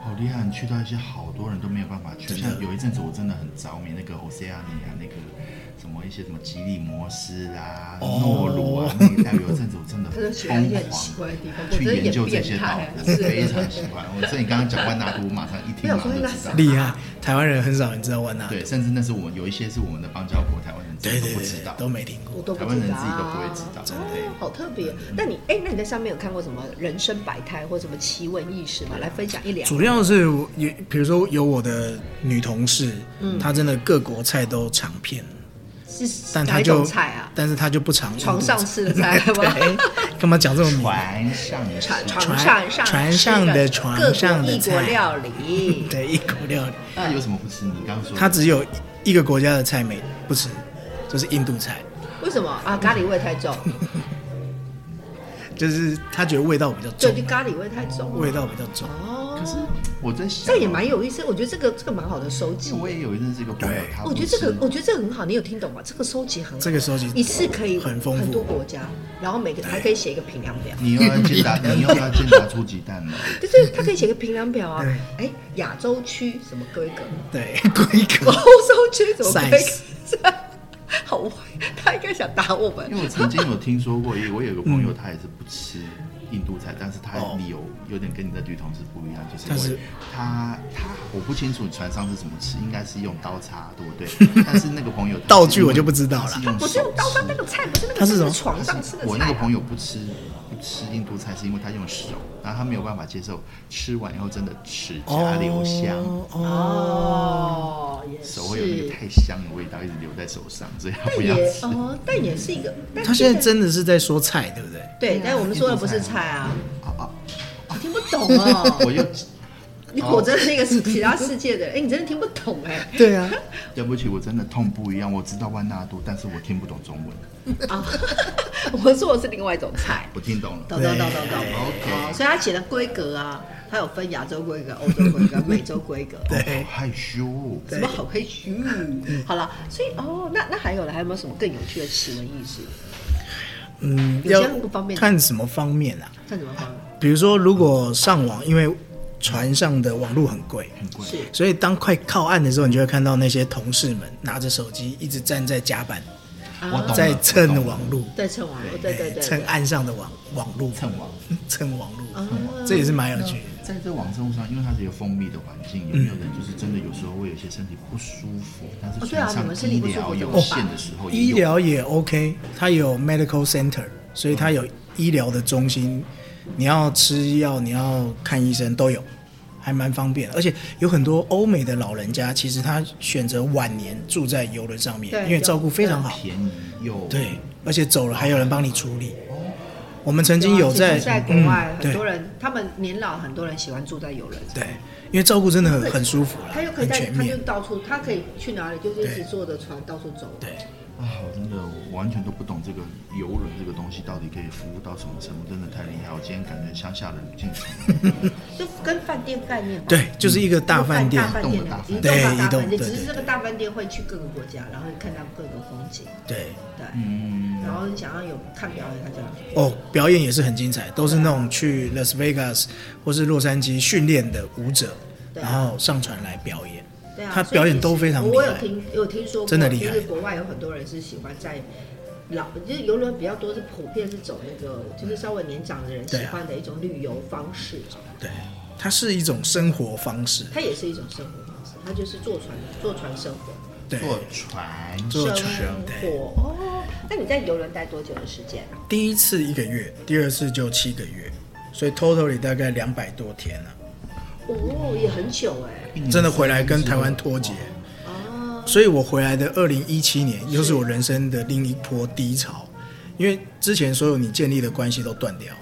S2: 好厉害！你去到一些好多人都没有办法去，
S3: 真
S2: 像
S3: 的
S1: 啊
S2: 有一阵子我真的很着迷那个 Oceania 那个什么一些什么吉利摩斯啊、
S3: 哦
S2: 诺鲁啊那一带，有一阵子我 真的
S1: 他就喜欢一些很
S2: 疯
S1: 奇怪的地方，
S2: 狂
S1: 我
S2: 去
S1: 觉得
S2: 研
S1: 也
S2: 究这
S1: 变
S2: 些岛
S1: 态，，
S2: 我
S1: 是啊
S2: 非常喜欢。我所以你刚刚讲万纳都，我马上一听马上就知道。
S3: 厉害，台湾人很少人知道万纳，
S2: 对，甚至那是我们有一些是我们的邦交国，台湾人自己
S3: 对
S2: 都
S3: 对
S2: 不
S3: 对
S2: 知道，，
S3: 都没听过。
S1: 我都不
S2: 台湾人
S1: 知道
S2: 自己都不会知道
S1: 啊
S2: 对
S1: 哦，好特别。
S3: 嗯
S1: 那你哎，那你在上面有看过什么人生百态或什么奇闻异事吗？来分享一两个。
S3: 主要是我也，比如说有我的女同事，
S2: 嗯
S3: 她真的各国菜都尝遍，
S1: 是
S3: 但
S1: 哪
S3: 她
S1: 一种
S3: 就
S1: 菜啊？
S3: 但是她就不尝印度
S1: 床上
S3: 菜
S1: 吃的 菜吗？
S3: 对干嘛讲这么明白？
S2: 船上是
S1: 船
S3: 船
S1: 床上上
S3: 船上的床
S1: 各
S3: 上
S1: 国
S3: 的
S1: 异国
S3: 菜，
S1: 料理
S3: 对，一口料理。
S2: 那有什么不吃？你刚刚说
S3: 他只有一个国家的菜没不吃，就是印度菜，
S1: 为什么啊？咖喱味太 重，
S3: 就是他觉得味道比较
S1: 对，
S3: 重
S1: 就，咖喱味太重啊，
S3: 味道比较重。
S1: 哦，
S2: 可是我在想，啊
S1: 这也蛮有意思。我觉得这个这个蛮好的收集哦
S2: 因为。我也有一阵是一个朋友
S3: 对，
S2: 他
S1: 我觉得这个我觉得这个很好，你有听懂吗？这个收集很好，
S3: 这个收集
S1: 一次可以
S3: 很丰富
S1: 很多国家，然后每个还可以写一个评量表。
S2: 你又要健达，你又要健达出鸡蛋了。
S1: 就是它可以写个评量表啊
S3: 对，
S1: 哎，亚洲区什么规格，
S2: 嗯
S3: 对，规
S1: 欧
S3: 格
S1: 洲区什么规
S3: Size
S1: 格， 好歪，他应该想打我们
S2: 因。为我曾经有听说过，也我有一个朋友，
S3: 嗯
S2: 他也是不吃印度菜，但是他理由有点跟你的女同事不一样，就是
S3: 但
S2: 因
S3: 是
S2: 为他他我不清楚船上是怎么吃，应该是用刀叉，对不 对？但是那个朋友他是
S3: 道具
S2: 用
S3: 我就不知道了
S2: 他是用
S1: 不是
S2: 手
S1: 用刀
S2: 吃
S1: 叉那个菜，不是那个
S3: 它是什么
S1: 是床上吃的
S2: 我那
S1: 菜
S2: 个
S1: 啊。
S2: 朋友不吃不吃印度菜，是因为他用手，然后他没有办法接受吃完以后真的齿 颊留香，
S3: 哦，
S1: 哦，也是
S2: 手会有那个太香的味道一直留在手上，所以他不
S1: 但
S2: 要
S1: 也
S2: 吃。
S1: 哦，但也是一个。但
S3: 他现在真的是在说菜，对 不对？
S1: 对，但我们说的不是
S2: 印度菜
S1: 菜啊，
S2: 啊啊！
S1: 我听不懂哦。
S2: 我又
S1: 你果真是一个其他世界的人，哎，你真的听不懂 哎。
S3: 对啊，
S2: 对不起，我真的痛不一样。我知道万纳度，但是我听不懂中文。
S1: 啊， 我说的是另外一种菜。
S2: 我听懂了，
S1: 懂懂懂懂懂。
S2: OK
S1: 哦，所以它写的规格啊，它有分亚洲规格、欧洲规格、美洲规格。
S2: 我好害羞哦。
S1: 什么好可以去？好了，所以哦，那那还有了，还有没有什么更有趣的奇闻异事？
S3: 嗯，
S1: 有些不方便
S3: 看什么方面啊？
S1: 看怎么放？
S3: 比如说，如果上网，因为船上的网络很贵，
S2: 很贵，
S1: 是
S3: 所以当快靠岸的时候，你就会看到那些同事们拿着手机一直站在甲板，
S2: 我懂了
S3: 在
S2: 我
S3: 蹭
S2: 懂了
S3: 网络，
S1: 对称网络，对对对，
S3: 蹭岸上的网网络，
S2: 蹭网。
S3: 蹭网络，
S1: 啊
S3: 这也是蛮有趣的。
S2: 在这网上上，因为它是一个封闭的环境，有没有人就是真的有时候会有些身体不舒服，但是
S1: 哦对啊你
S2: 船上
S1: 们身体
S2: 医
S1: 不舒服
S2: 疗
S1: 怎么
S2: 有
S1: 办
S2: 限的时候也有，
S3: 医疗也 OK，它有 medical center，所以它有医疗的中心，你要吃药，你要看医生都有，还蛮方便的。而且有很多欧美的老人家，其实他选择晚年住在游轮上面
S1: 对，
S3: 因为照顾非常好。
S2: 便宜又
S3: 对，而且走了还有人帮你处理。
S1: 哦
S3: 我们曾经有
S1: 啊
S3: 在
S1: 其
S3: 嗯
S1: 实在国外，很
S3: 对
S1: 多人他们年老，很多人喜欢住在游轮上。
S3: 对，因为照顾真的很很舒服啦
S1: 他又，可以
S3: 很
S1: 在，
S3: 全
S1: 他就
S3: 啊面。
S1: 到处，他可以去哪里，就是一直
S3: 对
S1: 坐着船到处走。
S3: 对，
S2: 啊，我真的我完全都不懂这个游轮这个东西到底可以服务到什么程度，真的太厉害！我今天感觉乡下的吕敬城，
S1: 就跟饭店概念吧。
S3: 对，就是一个大饭店
S1: 大。饭店的，
S2: 动
S1: 移
S2: 的
S1: 动
S3: 大
S1: 到大
S3: 饭店
S1: 饭
S3: 对移动
S1: 店，
S3: 对
S1: 只是这个大饭店会去各个国家，然后看到各个风景，
S3: 对，
S1: 对。
S2: 嗯，
S1: 然后你想要有看表演，他就要去
S3: 哦，表演也是很精彩，都是那种去 Las Vegas 或是洛杉矶训练的舞者，
S1: 对啊
S3: 然后上船来表演。
S1: 对啊，
S3: 他
S1: 所以
S3: 表演
S1: 其实
S3: 都非常厉
S1: 我有
S3: 害。
S1: 听有听说过，
S3: 真的厉害
S1: 就是国外有很多人是喜欢在老，就是游轮比较多是普遍是走那个，就是稍微年长的人喜
S3: 对啊
S1: 欢的一种旅游方式啊。
S3: 对，它是一种生活方式。
S1: 它也是一种生活方式，它就是坐船坐船生活。
S3: 对，
S2: 坐船，
S3: 坐船
S1: 生
S3: 对
S1: 活哦，那你在游轮待多久的时间啊？
S3: 第一次一个月，第二次就七个月，所以 totally 大概两百多天啊了、
S1: 哦，也很久哎、
S3: 真的回来跟台湾脱节。
S1: 哦，
S3: 欸所以我回来的二零一七年，又是我人生的另一波低潮，因为之前所有你建立的关系都断掉，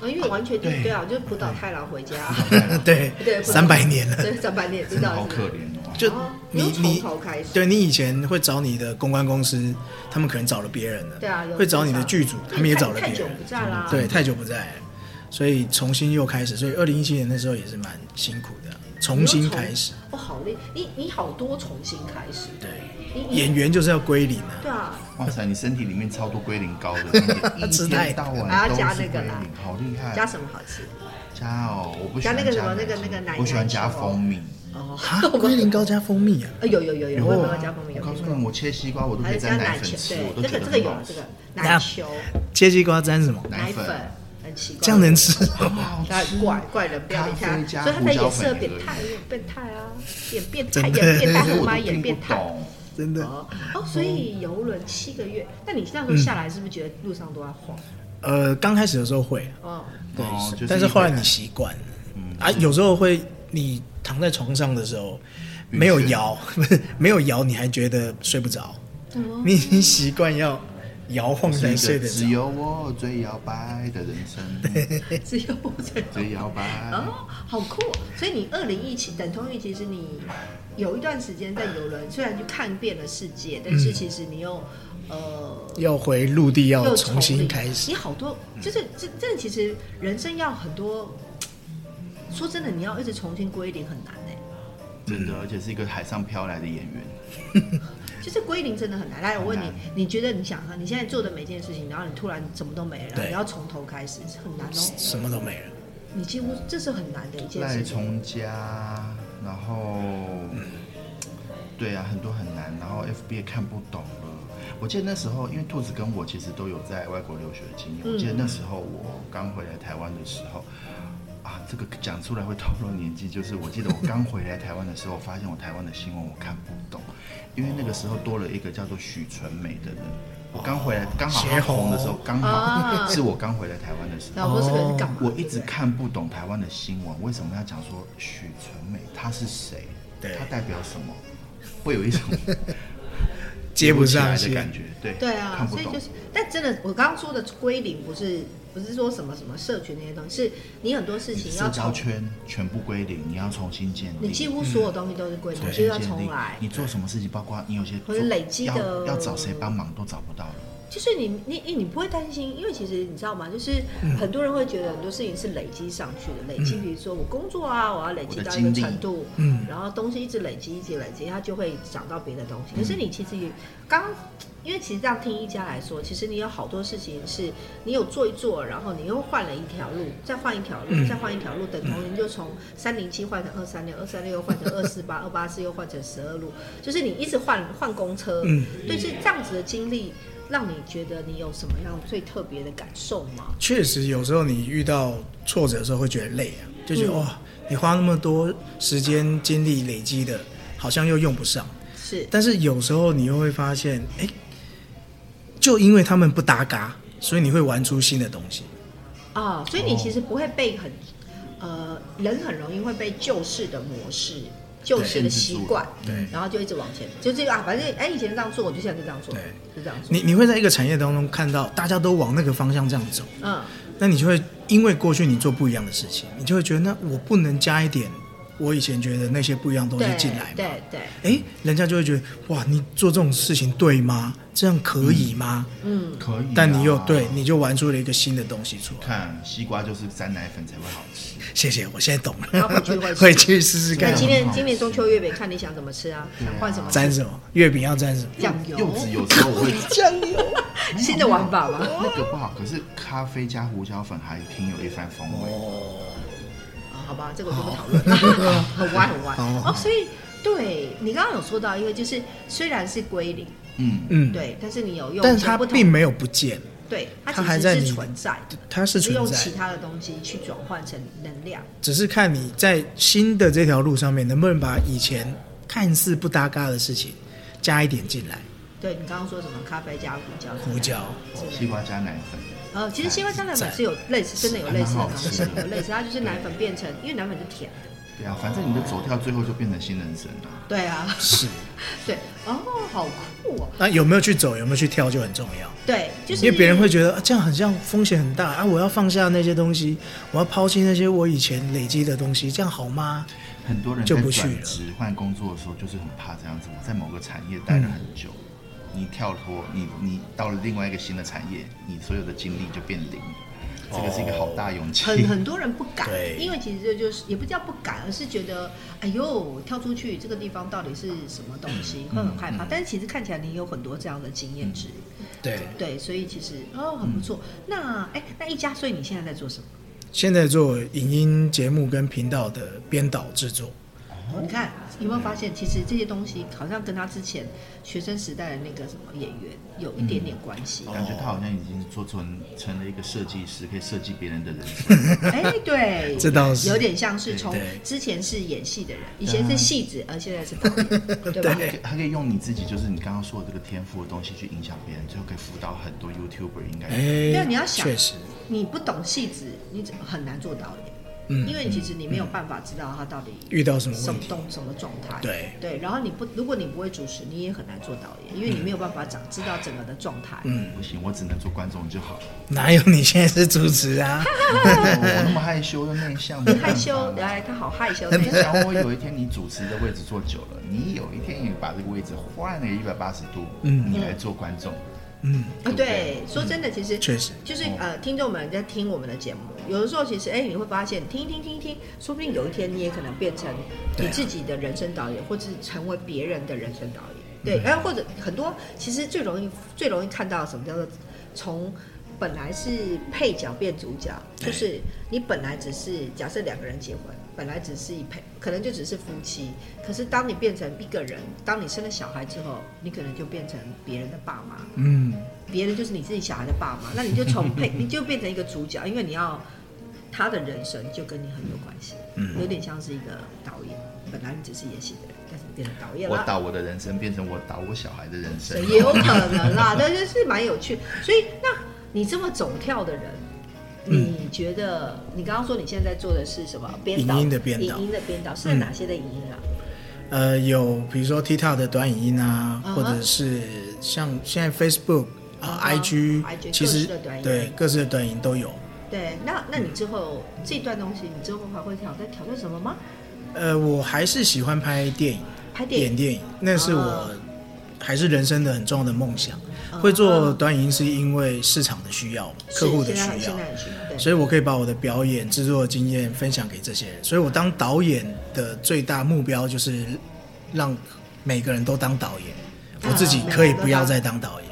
S1: 啊因为完全就
S2: 对
S1: 对啊，就是浦岛太郎回家，
S3: 对
S1: 对，不
S3: 哎三百年了，
S1: 对，上半年知
S2: 真的
S1: 道
S2: 好
S1: 是
S2: 可
S1: 吗？
S2: 怜哦。
S3: 就
S1: 哦
S3: 你
S1: 又
S3: 你
S1: 从头开始
S3: 对你以前会找你的公关公司，他们可能找了别人了，
S1: 对啊，有
S3: 会找你的剧组，他们也找了
S1: 太
S3: 别
S1: 太久
S3: 人，
S1: 不在啦，
S3: 对，太久不在了，所以重新又开始，所以二零一七年那时候也是蛮辛苦的，重新开始，
S1: 哦，好累，你你好多重新开始，
S3: 对，
S1: 你你
S3: 演员就是要归零 啊，
S1: 对啊，
S2: 哇塞，你身体里面超多龟苓 膏的，真的一
S3: 吃太
S2: 天到晚
S1: 还要
S2: 都
S1: 啊加
S2: 是
S1: 那个
S2: 龟
S1: 啦
S2: 苓，好厉害！
S1: 加什么好吃？
S2: 加哦，我不喜欢
S1: 加那个什么
S2: 奶
S1: 那个
S2: 精
S1: 那个奶
S2: 我喜欢加
S1: 奶球哦
S2: 蜂蜜。
S1: 哦，
S3: 啊，龟苓膏加蜂蜜啊，
S1: 呃有有有有，我有没有加蜂蜜？
S2: 我
S1: 有
S2: 告
S1: 没
S2: 诉
S1: 有
S2: 你，我切西瓜我都可
S1: 还
S2: 以
S1: 是
S2: 沾
S1: 加奶
S2: 粉
S1: 球？
S2: 吃，我
S1: 对，
S2: 都
S1: 这
S2: 觉
S1: 个
S2: 得
S1: 这个
S2: 很
S1: 有
S2: 好
S1: 这
S2: 吃
S1: 个。
S3: 那
S1: 奶球、
S3: 切西瓜沾什么？
S2: 奶
S1: 奶
S2: 粉
S1: 粉，很奇怪，
S3: 这样能吃哦？
S1: 他很怪怪人，不要理
S2: 咖
S1: 他
S2: 啡，加
S1: 所以他在
S2: 胡椒
S1: 演
S2: 粉
S1: 色
S2: 也
S1: 变
S2: 可以
S1: 态，演变态啊，演变态，
S3: 真的
S1: 演 变态，
S2: 我
S1: 我妈
S2: 都
S1: 演
S2: 听不
S1: 变态。
S2: 懂，
S3: 真的，
S1: 哦哦，所以游轮七个月，那你那
S3: 嗯
S1: 时候下来是不是觉得路上都在晃？
S3: 呃，刚开始的时候会，
S1: 哦，
S3: 对，
S2: 哦就是
S3: 但是
S2: 一
S3: 后来
S2: 个
S3: 你习惯了，
S2: 嗯
S3: 啊，有时候会你躺在床上的时候
S2: 晕
S3: 没有
S2: 眩
S3: 摇， 不是没有摇，你还觉得睡不着，
S1: 哦
S3: 你已经习惯要摇晃
S2: 是
S3: 才睡
S2: 一
S3: 得
S2: 个
S3: 着
S2: 只。有我最摇摆的人生，
S1: 只有我在。
S2: 最摇摆。
S1: 哦，好酷哦！所以你二零一七等同于其实你有一段时间在游轮，虽然去看遍了世界，但
S3: 嗯
S1: 是其实你又呃
S3: 要回陆地要
S1: 又
S3: 重新开始
S1: 你，好多，
S2: 嗯
S1: 就是这这其实人生要很多。说真的，你要一直重新归零很难哎、
S2: 真的，而且是一个海上飘来的演员。
S1: 就是归零真的很难。来，我问你
S2: 很难，
S1: 你觉得你想啊，你现在做的每件事情，然后你突然什么都没了，
S3: 对
S1: 你要从头开始，是很难哦。
S3: 什么都没了。
S1: 你几乎这是很难的一件
S2: 赖
S1: 事情。
S2: 从家，然后，对啊，很多很难，然后 FB 也看不懂了。我记得那时候，因为兔子跟我其实都有在外国留学的经验。
S1: 嗯
S2: 我记得那时候我刚回来台湾的时候，啊，这个讲出来会透露年纪，就是我记得我刚回来台湾的时候，发现我台湾的新闻我看不懂，因为那个时候多了一个叫做许纯美的人。我刚回来，刚好
S3: 邪
S2: 他红的时候
S3: 红，
S2: 刚
S1: 啊
S2: 好 是我刚回来台湾的时候。
S1: 然后说这个人是干嘛？
S2: 哦我一直看不懂台湾的新闻，为什么要讲说许纯美她是谁？
S3: 对
S2: 她代表什么？会有一种
S3: 接不上
S2: 来
S3: 去
S2: 的感觉，对
S1: 对啊
S2: 看，不
S1: 所以
S2: 懂
S1: 就。是，但真的，我刚刚说的归零不是不是说什么什么社群那些东西，是你很多事情
S2: 社
S1: 要
S2: 交
S1: 从
S2: 圈全部归零，你要重新建立，
S1: 你几乎所有东西都是归零，
S2: 重
S1: 就是
S2: 新
S1: 要
S2: 嗯建
S1: 重
S2: 立
S1: 来。
S2: 你做什么事情，包括你有些
S1: 或者
S2: 做
S1: 累积
S2: 要
S1: 的
S2: 要找谁帮忙都找不到了。
S1: 就是你你你你不会担心，因为其实你知道吗？就是很多人会觉得很多事情是累积上去的，累积，比如说我工作啊，我要累积到一
S2: 我
S1: 个
S2: 的经历
S1: 程度，
S3: 嗯
S1: 然后东西一直累积，一直累积，它就会找到别的东西。可是你其实也刚，因为其实这样听一家来说，其实你有好多事情是你有做一做，然后你又换了一条路，再换一条路，再换一条路，等同于你就从三零七换成二三六，二三六又换成二四八，二八四又换成十二路，就是你一直换换公车，
S3: 嗯
S1: 对，是这样子的经历。让你觉得你有什么样最特别的感受吗？
S3: 确实，有时候你遇到挫折的时候会觉得累啊，就觉得
S1: 嗯
S3: 哇，你花那么多时间精力累积的，好像又用不上。
S1: 是
S3: 但是有时候你又会发现，哎、就因为他们不搭嘎，所以你会玩出新的东西。哦
S1: 啊、所以你其实不会被很呃，人很容易会被旧式的模式、旧式的习惯，
S3: 对
S1: 然后就一直往前，就这个啊，反正哎以前这样做，我就现在就这样做，
S3: 对
S1: 就这样做。
S3: 你你会在一个产业当中看到大家都往那个方向这样走，
S1: 嗯，
S3: 那你就会因为过去你做不一样的事情，你就会觉得那我不能加一点我以前觉得那些不一样的东西
S1: 对
S3: 进来嘛？
S1: 对对，
S3: 哎，人家就会觉得哇，你做这种事情对吗？这样可以吗？
S1: 嗯，
S2: 可以啊、
S3: 但你又对，你就玩出了一个新的东西出来。
S2: 看西瓜就是沾奶粉才会好吃，
S3: 谢谢，我现在懂
S1: 然
S3: 了，
S1: 后回去会吃
S3: 回去试试
S1: 那
S3: 看
S2: 对。
S1: 今
S2: 很
S1: 年
S2: 好
S1: 今年中秋月饼，看你想怎么吃啊，想换什么
S3: 沾
S1: 吃
S3: 什么？月饼要沾什么？
S1: 酱
S2: 柚
S1: 油，
S2: 子有时 候我会
S3: 酱油。
S1: 新的玩法 吗？
S2: 那个不好，可是咖啡加胡椒粉还挺有一番风味。
S3: 哦
S1: 啊好吧，这个我就不讨论 了，很歪很歪。
S3: 好
S1: 哦，所以对你刚刚有说到一个，就是虽然是归零，
S2: 嗯，
S3: 嗯，
S1: 对，但是你有用，
S3: 但是它
S1: 不同
S3: 并没有不见，
S1: 对，它
S3: 它
S1: 其
S3: 还
S1: 实
S3: 在你
S1: 是存在的，
S3: 它是
S1: 只是
S3: 存
S1: 用
S3: 在
S1: 其，他的东西去转换成能量。
S3: 只是看你在新的这条路上面能不能把以前看似不搭嘎的事情加一点进来，
S1: 对你刚刚说什么咖啡加胡椒之类的
S3: 胡椒。
S2: 西瓜加奶粉，
S1: 呃，其实西瓜加奶粉是有类似，真的有类似的东西，有类似，它就是奶粉变成，因为奶粉是甜的。
S2: 对啊，反正你的走跳最后就变成新人生了。
S1: 对啊，
S3: 是，
S1: 对，哦，好酷哦。
S3: 那有没有去走，有没有去跳就很重要，
S1: 对，就是
S3: 因为别人会觉得、啊、这样很像风险很大啊，我要放下那些东西，我要抛弃那些我以前累积的东西，这样好吗？
S2: 很多人
S3: 就
S2: 在
S3: 不去了
S2: 转职换工作的时候，就是很怕这样子。我在某个产业待了很久，
S3: 嗯
S2: 你跳脱，你你到了另外一个新的产业，你所有的精力就变零，这个是一个好大勇
S3: 哦
S2: 气。
S1: 很很多人不敢
S3: 对，
S1: 因为其实这就是也不叫不敢，而是觉得哎呦跳出去这个地方到底是什么东西，会很害
S3: 嗯
S1: 怕。但是其实看起来你有很多这样的经验值，
S3: 对，
S1: 对，所以其实哦很不
S3: 嗯
S1: 错。那哎那一家，所以你现在在做什么？
S3: 现在做影音节目跟频道的编导制作，哦
S1: 你看有没有发现，其实这些东西好像跟他之前学生时代的那个什么演员有一点点
S3: 嗯
S1: 关系。
S3: 哦
S2: 感觉他好像已经做成成了一个设计师，可以设计别人的人生。
S1: 哎，对，
S3: 这倒是
S1: 有点像是从
S3: 对啊
S1: 之前是演戏的人，以前是戏子，而现在是导 演，对吧？
S3: 对
S2: 他可以用你自己，就是你刚刚说的这个天赋的东西去影响别人，最后可以辅导很多 YouTuber 应该。
S3: 哎
S1: 对，啊你要想
S3: 确实，
S1: 你不懂戏子，你怎么很难做导演？
S3: 嗯
S1: 因为其实你没有办法知道他到底
S3: 遇到什么
S1: 什
S3: 问
S1: 么
S3: 题？
S1: 动什么状态。
S3: 对
S1: 对，然后你不，如果你不会主持，你也很难做导演，因为你没有办法掌知道整个的状态。嗯，
S2: 不行，我只能做观众就好了。
S3: 哪有你现在是主持啊？
S2: 哦我那么害羞又内向，没办法
S1: 害羞，来，他好害羞。
S2: 你想我有一天你主持的位置坐久了，你有一天也把这个位置换了一百八十度，
S3: 嗯
S2: 你来做观众，
S3: 嗯，
S1: 啊，
S2: 对不
S1: 对，说真的，其实
S3: 确实
S1: 就是
S2: 哦
S1: 呃，听众们在听我们的节目，有的时候其实哎，你会发现听一听听一听，说不定有一天你也可能变成你
S3: 对啊
S1: 自己的人生导演，或者是成为别人的人生导演。对，然后或者很多其实最容易最容易看到什么叫做从本来是配角变主角，
S3: 对
S1: 就是你本来只是假设两个人结婚，本来只是一配，可能就只是夫妻，可是当你变成一个人，当你生了小孩之后，你可能就变成别人的爸妈。
S3: 嗯，
S1: 别人就是你自己小孩的爸妈， 那你就从配，你就变成一个主角，因为你要他的人生就跟你很有关系，
S3: 嗯
S1: 有点像是一个导演。本来你只是演戏的人，但是你变成导演
S2: 我
S1: 了，
S2: 导我的人生变成我导我小孩的人生
S1: 对，嗯也有可能啦， 但是是蛮有趣。所以，那你这么走跳的人，
S3: 嗯
S1: 你觉得你刚刚说你现在在做的是什么？编导，
S3: 影音的编导
S1: 影音的编导是在哪些的影音啊？
S3: 呃，有比如说 TikTok 的短影音啊，
S1: 嗯哼
S3: 或者是像现在 Facebook
S1: 嗯
S3: 啊、
S1: 哼
S3: IG，
S1: IG
S3: 其
S1: 各
S3: 实
S1: 式的短影
S3: 对各式的短影都有。
S1: 对，那那你之后这段东西，你之后还会挑战挑战什么吗？
S3: 呃，我还是喜欢拍电影，
S1: 拍电
S3: 演
S1: 影，
S3: 电影，那是我
S1: 哦
S3: 还是人生的很重要的梦想。
S1: 嗯
S3: 会做短影音是因为市场的需要，客户的
S1: 是现
S3: 需
S1: 在
S3: 要
S1: 现在。很需要，对。
S3: 所以我可以把我的表演制作经验分享给这些人。所以我当导演的最大目标就是让每个人都当导演，
S1: 啊
S3: 我自己可以不要再当导演。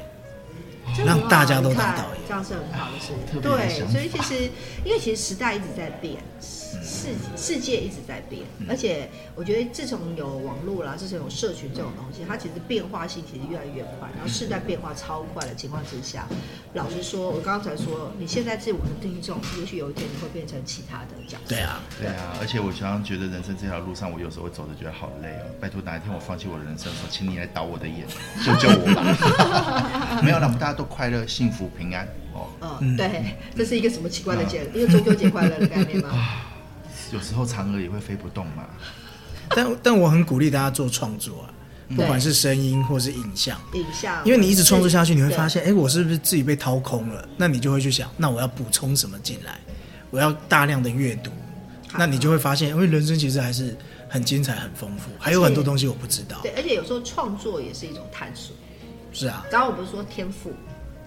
S1: 这很好
S3: 让大家都当导演
S1: 你看这样是很好的事。
S2: 特别的
S1: 对，
S2: 想法
S1: 所以其实因为其实时代一直在变，世
S3: 嗯
S1: 世界一直在变，而且我觉得自从有网络啦，自从有社群这种东西，它其实变化性其实越来越快，
S3: 嗯
S1: 然后世代变化超快的情况之下，老实说，我刚才说你现在是我的听众，也许有一天你会变成其他的角色
S3: 对。啊，
S2: 对啊，而且我常常觉得人生这条路上，我有时候会走的觉得好累哦。拜托，哪一天我放弃我的人生的时候，请你来导我的眼，救救我 吧。没有啦，我们大家都快乐、幸福、平安哦。
S1: 呃
S3: 嗯
S1: 嗯，对，这是一个什么奇怪的节，因为中秋节快乐的概念吗？
S2: 有时候嫦娥也会飞不动嘛。
S3: 但但我很鼓励大家做创作啊，不管是声音或是影像，
S1: 影像，
S3: 因为你一直创作下去，你会
S1: 对
S3: 发现，哎、我是不是自己被掏空了？那你就会去想，那我要补充什么进来？我要大量的阅读，
S1: 好
S3: 那你就会发现，因为人生其实还是很精彩、很丰富，还有很多东西我不知道。
S1: 对，而且有时候创作也是一种探索。
S3: 是啊，
S1: 刚刚我不是说天赋，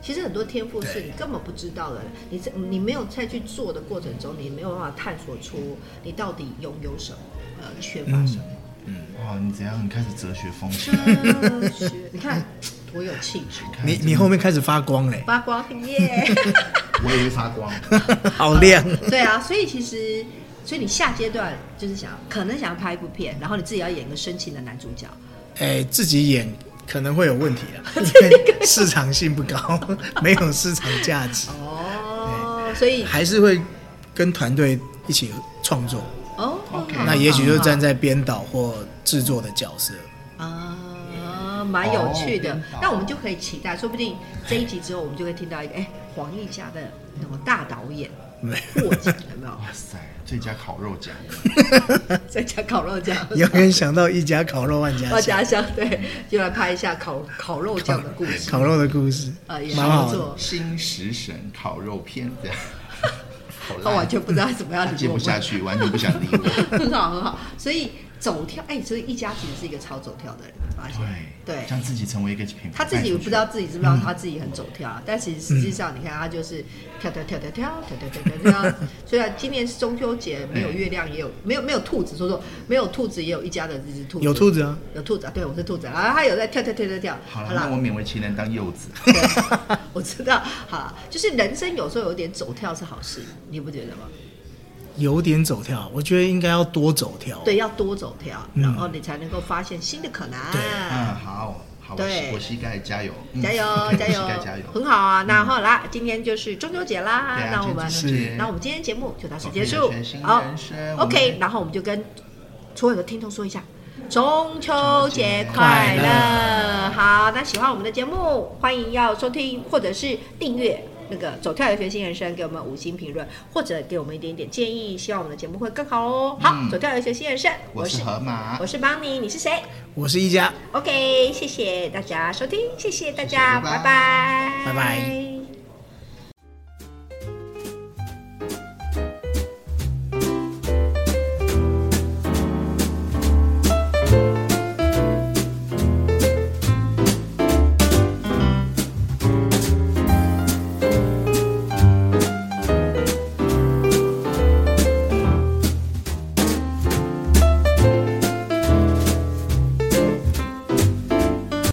S1: 其实很多天赋是你根本不知道的，你在你没有在去做的过程中，你没有办法探索出你到底拥有什么，呃，缺乏什么。
S2: 嗯哇，你怎样？你开始哲学风起来
S1: 科学，你看多有气质，
S3: 你你后面开始发光嘞、
S1: 发光耶！
S2: 我也会发光。
S3: 好亮。
S1: 对啊，所以其实，所以你下阶段就是想可能想要拍一部片，然后你自己要演一个深情的男主角，
S3: 哎、自己演可能会有问题 啊，因为市场性不高， 没有市场价 值，
S1: 哦，所以
S3: 还是会跟团队一起创作。
S1: 哦
S2: OK
S3: 那也许就站在编导或制作的角色。
S1: 啊，蛮有趣的
S2: 哦编。导
S1: 那我们就可以期待，说不定这一集之后，我们就会听到一个哎，黄奕家的那种大导演
S3: 没
S1: 获奖，有没有？
S2: 哇塞，最佳烤肉奖，
S1: 在家烤肉酱，
S3: 有人想到一家烤肉万 家
S1: 到
S3: 香，
S1: 家乡对，就来拍一下烤烤肉酱的故事，
S3: 烤肉的故事
S1: 呃，也，
S3: 蛮
S1: 还
S3: 好
S1: 不
S3: 的。
S1: 错。
S2: 新食神烤肉片这样， 好
S1: 他
S2: 烂
S1: 完，全不知道怎么样
S2: 他 接不下
S1: 去，
S2: 去，完全不想 理我。
S1: 很好很好。所以走跳，哎，所以一家其实是一个超走跳的人，你发现？对
S2: 对，，让自己成为一个品牌，
S1: 他自己不知道。自己知不知道他自己很走跳，啊，但其实实际上你看他就是跳跳跳跳跳跳跳跳跳跳。虽然今年是中秋节，没有月亮，也有没有没有兔子，说说没有兔子，也有一家的这只兔子，
S3: 有兔子啊，
S1: 有兔子啊，对我是兔子啊，他有在跳跳跳跳跳。
S2: 好了，那我勉为其难当柚子。
S1: 对我知道，好啦，就是人生有时候有点走跳是好事，你不觉得吗？
S3: 有点走跳，我觉得应该要多走跳。
S1: 对，要多走跳，
S3: 嗯
S1: 然后你才能够发现新的可能。
S3: 对
S2: 嗯，好好，我
S1: 对
S2: 膝我膝盖加油，嗯
S1: 加 油
S2: 我
S1: 加
S2: 膝盖
S1: 油，
S2: 加油，嗯
S1: 很好啊。那好啦，今天就是中秋节啦，
S2: 对啊
S1: 那我们
S2: 今天中秋节
S1: 那我们今天节目就到此
S2: 走
S1: 结
S2: 遍
S1: 束
S2: 了哦全新，人生我们
S1: OK，然后我们就跟所有的听众说一下。中秋节快
S3: 快
S1: 乐
S3: 乐！
S1: 好，那喜欢我们的节目，欢迎要收听或者是订阅那个《走跳的学新人生》，给我们五星评论，或者给我们一点点建议，希望我们的节目会更好哦。好，
S2: 嗯
S1: 走跳的学新人生》，
S2: 我是河马
S1: 我，是邦尼，你是谁？
S3: 我是一家。
S1: OK，谢谢大家收听，谢谢大家，
S2: 谢谢拜拜
S1: 拜拜
S3: 拜拜